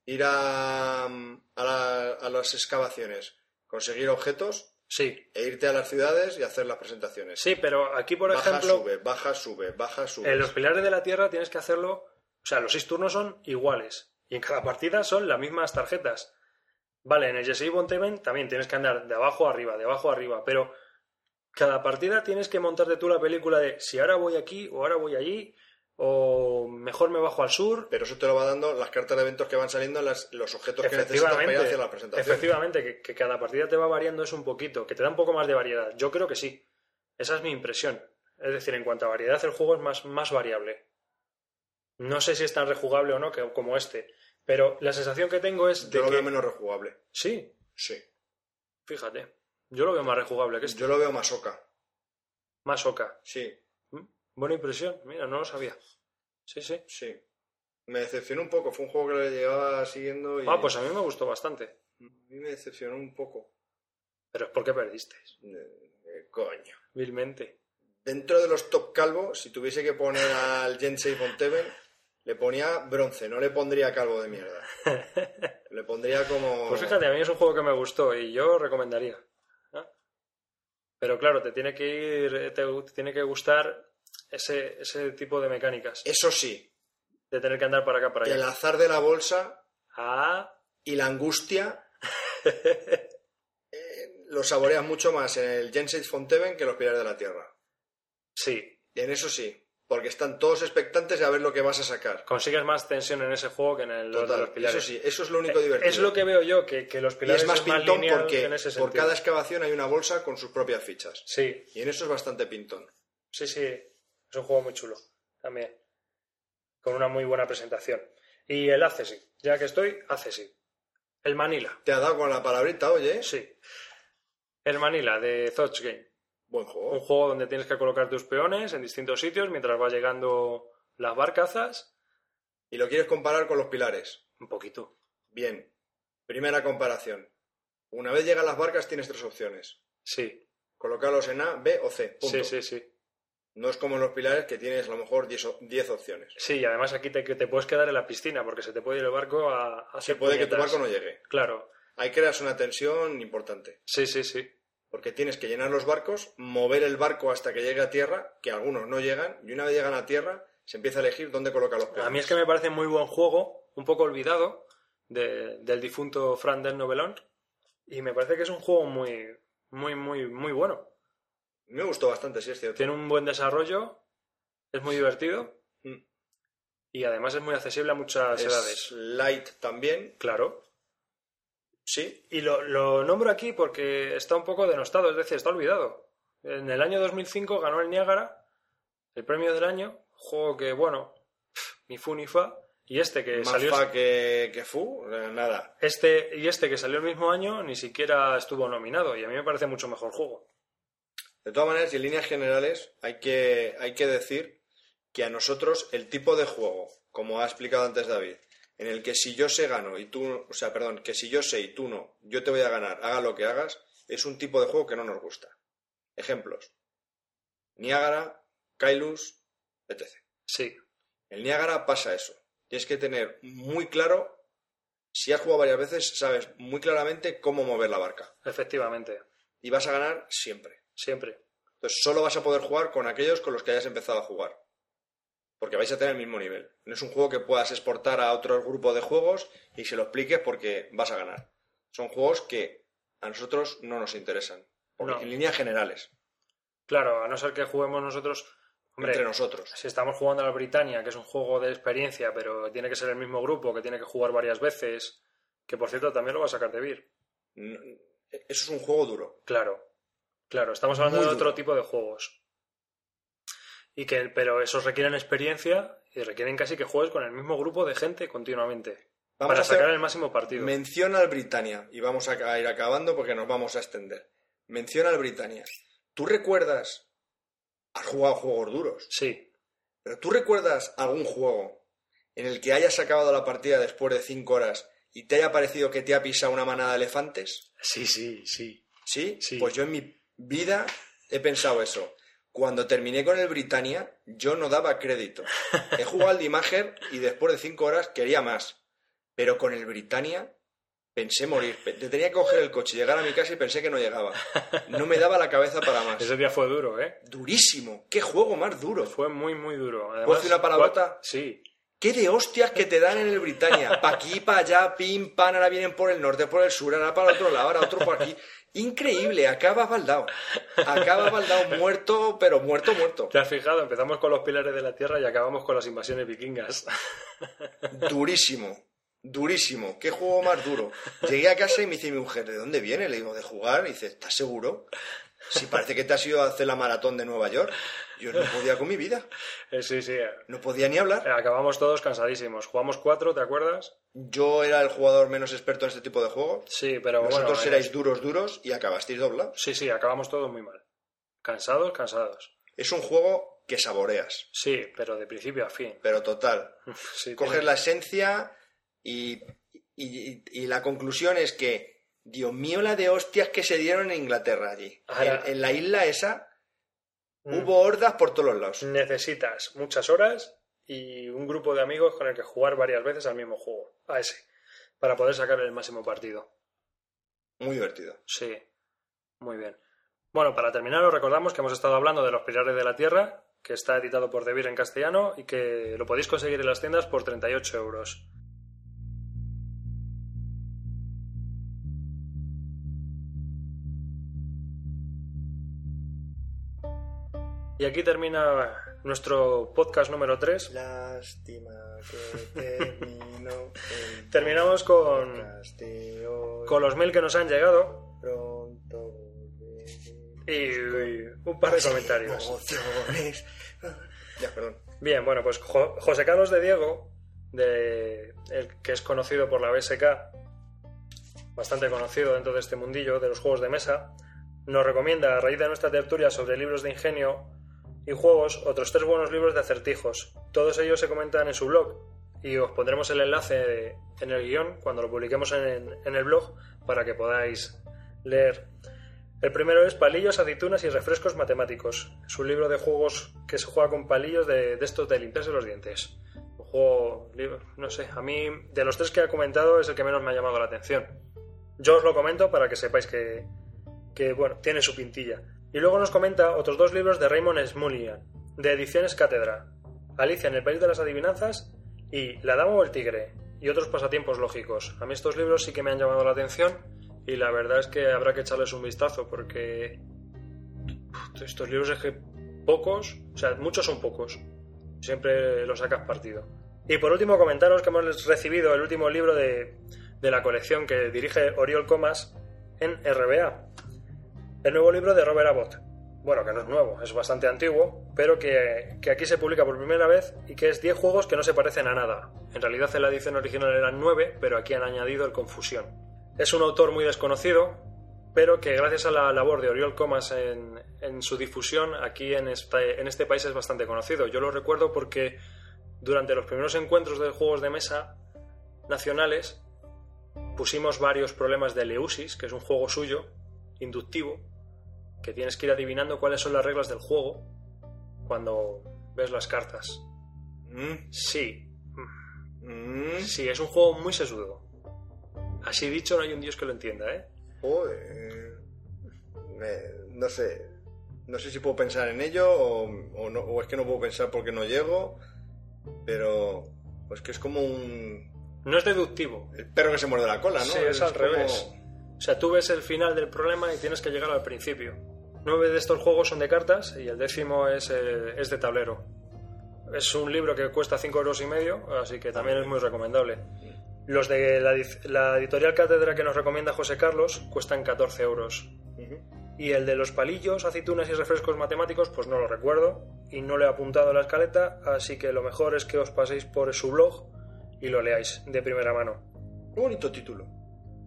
ir a, mm, a, la- a las excavaciones, conseguir objetos
Sí.
e irte a las ciudades y hacer las presentaciones.
Sí, pero aquí, por
baja,
ejemplo,
sube, baja, sube, baja, sube.
en los pilares de la Tierra tienes que hacerlo. O sea, los seis turnos son iguales. Y en cada partida son las mismas tarjetas. Vale, en el Jesse Bonteven también tienes que andar de abajo a arriba, de abajo a arriba. Pero cada partida tienes que montarte tú la película de si ahora voy aquí o ahora voy allí. O mejor me bajo al sur.
Pero eso te lo va dando las cartas de eventos que van saliendo, las- los objetos que necesitas para ir
Efectivamente,
hacia la presentación.
efectivamente que, que cada partida te va variando eso un poquito, que te da un poco más de variedad. Yo creo que sí. Esa es mi impresión. Es decir, en cuanto a variedad, el juego es más, más variable. No sé si es tan rejugable o no que, como este, pero la sensación que tengo es de
Yo lo
que...
veo menos rejugable.
Sí,
Sí.
fíjate. Yo lo veo más rejugable que este.
Yo lo veo más oca.
Más oca.
Sí,
Mm, Buena impresión. Mira, no lo sabía. Sí, sí.
sí. Me decepcionó un poco. Fue un juego que le llevaba siguiendo y
Ah, pues a mí me gustó bastante.
a mí me decepcionó un poco.
Pero es porque perdiste.
Eh, coño.
Vilmente.
Dentro de los top calvo, si tuviese que poner al Jensei Fonteven, le ponía bronce, no le pondría calvo de mierda. Le pondría como.
Pues fíjate, a mí es un juego que me gustó y yo recomendaría. ¿Ah? Pero claro, te tiene que ir, eh, te, gu- te tiene que gustar ese, ese tipo de mecánicas.
Eso sí,
De tener que andar para acá, para
el
allá.
azar de la bolsa
Ah,
y la angustia eh, lo saboreas mucho más en el Jensen Fonteven que en los Pilares de la Tierra.
sí.
En eso sí, porque están todos expectantes de a ver lo que vas a sacar.
Consigues más tensión en ese juego que en el los de
Total,
los pilares. Eh,
Eso sí, eso es lo único divertido.
Es lo que veo yo, que, que los
y
pilares
es más pintón
lineal
porque
en ese
por
sentido.
cada excavación hay una bolsa con sus propias fichas.
Sí,
Y en eso es bastante pintón.
Sí, sí, es un juego muy chulo también, con una muy buena presentación. Y el Accesi, ya que estoy, Accesi. El Manila,
Te ha dado con la palabrita, oye.
sí. El Manila de Thoughts Game.
Buen
Un
juego.
juego donde tienes que colocar tus peones en distintos sitios mientras va llegando las barcazas.
Y lo quieres comparar con los pilares.
Un poquito.
Bien. Primera comparación. Una vez llegan las barcas tienes tres opciones.
Sí,
Colocarlos en A, B o C. Punto.
sí, sí, sí.
No es como en los pilares que tienes a lo mejor 10 o- 10 opciones.
Sí, y además aquí te, que te puedes quedar en la piscina porque se te puede ir el barco a, a
Se
hacer
puede que tu
puñetas.
barco no llegue.
Claro,
Ahí creas una tensión importante.
sí, sí, sí.
Porque tienes que llenar los barcos, mover el barco hasta que llegue a tierra, que algunos no llegan, y una vez llegan a tierra, se empieza a elegir dónde coloca los peones.
A mí es que me parece muy buen juego, un poco olvidado, de- del difunto Fran del Novelón. Y me parece que es un juego muy, muy, muy, muy bueno.
Me gustó bastante, sí, es cierto.
Tiene un buen desarrollo, es muy divertido
Mm.
y además es muy accesible a muchas
Es
edades.
light también,
Claro.
sí.
Y lo, lo nombro aquí porque está un poco denostado, es decir, está olvidado. En el año 2005 ganó el Niágara, el premio del año, juego que, bueno, ni fu ni fa. Y este que
Más
salió.
fa que, que fu, eh, nada.
Este y este que salió el mismo año ni siquiera estuvo nominado y a mí me parece mucho mejor juego.
De todas maneras, y en líneas generales, hay que, hay que decir que a nosotros el tipo de juego, como ha explicado antes David, en el que si yo sé gano y tú, no- o sea, perdón, que si yo sé y tú no, yo te voy a ganar, haga lo que hagas, es un tipo de juego que no nos gusta. Ejemplos. Niágara, Kailus, etc.
Sí,
El Niágara pasa eso. Tienes que tener muy claro, si has jugado varias veces, sabes muy claramente cómo mover la barca.
efectivamente,
Y vas a ganar siempre.
siempre.
Entonces solo vas a poder jugar con aquellos con los que hayas empezado a jugar. Porque vais a tener el mismo nivel. No es un juego que puedas exportar a otro grupo de juegos y se lo expliques porque vas a ganar. Son juegos que a nosotros no nos interesan. Porque
No.
En líneas generales.
Claro, a no ser que juguemos nosotros, hombre,
Entre nosotros.
si estamos jugando a la Britannia, que es un juego de experiencia, pero tiene que ser el mismo grupo, que tiene que jugar varias veces, que por cierto también lo va a sacar de Vir.
No- Eso es un juego duro.
Claro, claro, estamos hablando
Muy
de
duro.
otro tipo de juegos. Y que, pero esos requieren experiencia y requieren casi que juegues con el mismo grupo de gente continuamente.
Vamos
para
a hacer
sacar el máximo partido.
Menciona al Britannia. Y vamos a ca- a ir acabando porque nos vamos a extender. Menciona al Britannia. ¿Tú recuerdas? Has jugado juegos duros.
Sí,
¿Pero tú recuerdas algún juego en el que hayas acabado la partida después de cinco horas y te haya parecido que te ha pisado una manada de elefantes?
sí, sí, sí.
¿Sí?
Sí.
Pues yo en mi vida he pensado eso. Cuando terminé con el Britannia, yo no daba crédito. He jugado al Dimager y después de cinco horas quería más. Pero con el Britannia pensé morir. Pe- Tenía que coger el coche, llegar a mi casa y pensé que no llegaba. No me daba la cabeza para más.
Ese día fue duro, ¿eh?
Durísimo. ¿Qué juego más duro?
Fue muy, muy duro. Además,
¿Puedo hacer una palabrota?
cua- Sí,
¿Qué de hostias que te dan en el Britannia? Pa' aquí, pa' allá, pim, pan, ahora vienen por el norte, por el sur, ahora para el otro lado, ahora otro por aquí. Increíble, acaba baldao. Acaba baldao muerto, pero muerto, muerto.
¿Te has fijado? Empezamos con los pilares de la Tierra y acabamos con las invasiones vikingas.
Durísimo, durísimo. Qué juego más duro. Llegué a casa y me dice mi mujer, ¿de dónde viene? Le digo, de jugar. Y dice, ¿estás seguro? Si parece que te has ido a hacer la maratón de Nueva York. Yo no podía con mi vida,
Eh, sí, sí. eh.
no podía ni hablar.
Acabamos todos cansadísimos. Jugamos cuatro, ¿te acuerdas?
Yo era el jugador menos experto en este tipo de juegos.
Sí, pero bueno.
Vosotros
eh,
erais duros, duros y acabasteis doblados.
Sí, sí, acabamos todos muy mal. Cansados, cansados.
Es un juego que saboreas,
Sí, pero de principio a fin.
pero total.
Sí,
Coges
tiene-
la esencia y, y- y la conclusión es que, Dios mío, la de hostias que se dieron en Inglaterra allí.
Ahora-
En, en la isla esa
Mm.
hubo hordas por todos los lados.
Necesitas muchas horas y un grupo de amigos con el que jugar varias veces al mismo juego, a ese, para poder sacar el máximo partido. Mm.
Muy divertido.
Sí, muy bien. Bueno, para terminar, os recordamos que hemos estado hablando de Los Pilares de la Tierra, que está editado por Devir en castellano y que lo podéis conseguir en las tiendas por 38 euros. Y aquí termina nuestro podcast número 3.
Lástima que terminó. el
Terminamos con-
podcast de hoy.
Con los mail que nos han llegado
Pronto.
y un par de comentarios.
Emociones. Ya, perdón.
Bien, bueno, pues Jo- José Carlos de Diego, de, el que es conocido por la BSK, bastante conocido dentro de este mundillo de los juegos de mesa, nos recomienda, a raíz de nuestra tertulia sobre libros de ingenio y juegos, otros tres buenos libros de acertijos. Todos ellos se comentan en su blog y os pondremos el enlace en el guión cuando lo publiquemos en, en el blog para que podáis leer. El primero es Palillos, aceitunas y refrescos matemáticos. Es un libro de juegos que se juega con palillos de, de estos de limpiarse los dientes. Un juego, libro- no sé, a mí de los tres que ha comentado es el que menos me ha llamado la atención. Yo os lo comento para que sepáis que, que bueno, tiene su pintilla. Y luego nos comenta otros dos libros de Raymond Smulian, de Ediciones Cátedra, Alicia en el País de las Adivinanzas y La Dama o el Tigre, y otros pasatiempos lógicos. A mí estos libros sí que me han llamado la atención y la verdad es que habrá que echarles un vistazo porque puf, estos libros es que pocos, o sea, muchos son pocos, siempre los sacas partido. Y por último comentaros que hemos recibido el último libro de, de la colección que dirige Oriol Comas en RBA, el nuevo libro de Robert Abbott, bueno, que no es nuevo, es bastante antiguo, pero que, que aquí se publica por primera vez y que es 10 juegos que no se parecen a nada. En realidad en la edición original eran 9, pero aquí han añadido el Confusión. Es un autor muy desconocido, pero que gracias a la labor de Oriol Comas en, en su difusión aquí en este, en este país es bastante conocido. Yo lo recuerdo porque durante los primeros encuentros de juegos de mesa nacionales pusimos varios problemas de Leusis, que es un juego suyo, inductivo, que tienes que ir adivinando cuáles son las reglas del juego cuando ves las cartas.
Mm,
Sí,
mm,
sí, es un juego muy sesudo. Así dicho, no hay un dios que lo entienda, ¿eh?
Joder. Me- no sé. No sé si puedo pensar en ello o, o no- o es que no puedo pensar porque no llego. Pero. Pues que es como un.
No es deductivo.
El perro que se muerde la cola, ¿no?
Sí, es al
como-
revés. O sea, tú ves el final del problema y tienes que llegar al principio. Nueve de estos juegos son de cartas y el décimo es, eh, es de tablero. Es un libro que cuesta cinco euros y medio, así que también es muy recomendable. Los de la, edi- la editorial Cátedra que nos recomienda José Carlos cuestan 14 euros.
Ujú.
Y el de los palillos, aceitunas y refrescos matemáticos, pues no lo recuerdo y no le he apuntado a la escaleta, así que lo mejor es que os paséis por su blog y lo leáis de primera mano.
Qué bonito título.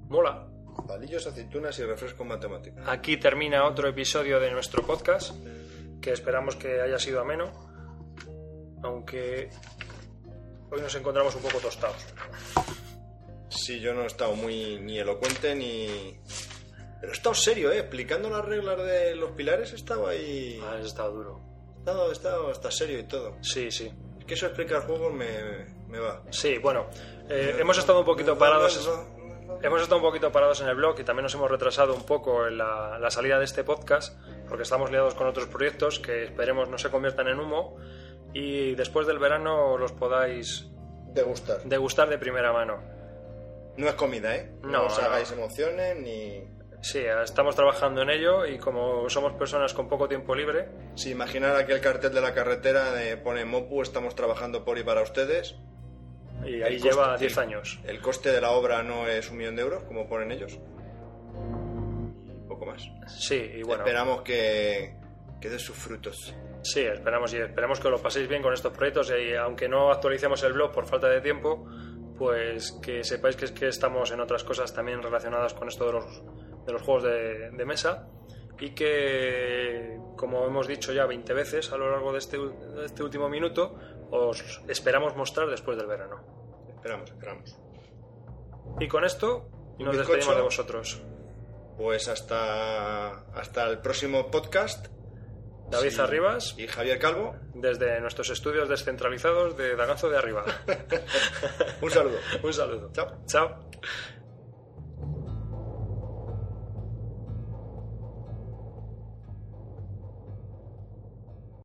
Mola.
Palillos, aceitunas y refresco matemático.
Aquí termina otro episodio de nuestro podcast, que esperamos que haya sido ameno, aunque hoy nos encontramos un poco tostados.
Sí, yo no he estado muy ni elocuente ni. Pero he estado serio, ¿eh? Explicando las reglas de los pilares he estado ahí.
Ah, has estado duro.
He estado, he estado hasta serio y todo.
Sí, sí.
Es que eso explica el juego me, me va.
Sí, bueno, eh, hemos estado un poquito parados. Hemos estado un poquito parados en el blog y también nos hemos retrasado un poco en la, la salida de este podcast porque estamos liados con otros proyectos que esperemos no se conviertan en humo y después del verano los podáis
De gustar.
degustar de primera mano.
No es comida, ¿eh?
No,
os
no.
hagáis emociones ni.
Sí, estamos trabajando en ello y como somos personas con poco tiempo libre,
Si imaginar aquel cartel de la carretera de pone Mopu, estamos trabajando por y para ustedes.
y
El
ahí
coste-
lleva
el-
10 años.
El coste de la obra no es un millón de euros, como ponen ellos. Un poco más.
Sí, y bueno,
Esperamos que, que dé sus frutos.
sí, esperamos y esperemos que lo paséis bien con estos proyectos eh, y aunque no actualicemos el blog por falta de tiempo, pues que sepáis que, es que estamos en otras cosas también relacionadas con esto de los, de los juegos de, de mesa y que, como hemos dicho ya 20 veces a lo largo de este, ul- de este último minuto, os esperamos mostrar después del verano.
Esperamos, esperamos.
Y con esto
¿Un
nos
bizcocho?
despedimos de vosotros.
Pues hasta, hasta el próximo podcast.
David
Sí.
Arribas,
Y Javier Calvo,
desde nuestros estudios descentralizados de Daganzo de Arriba.
un saludo.
Un saludo.
Chao.
Chao.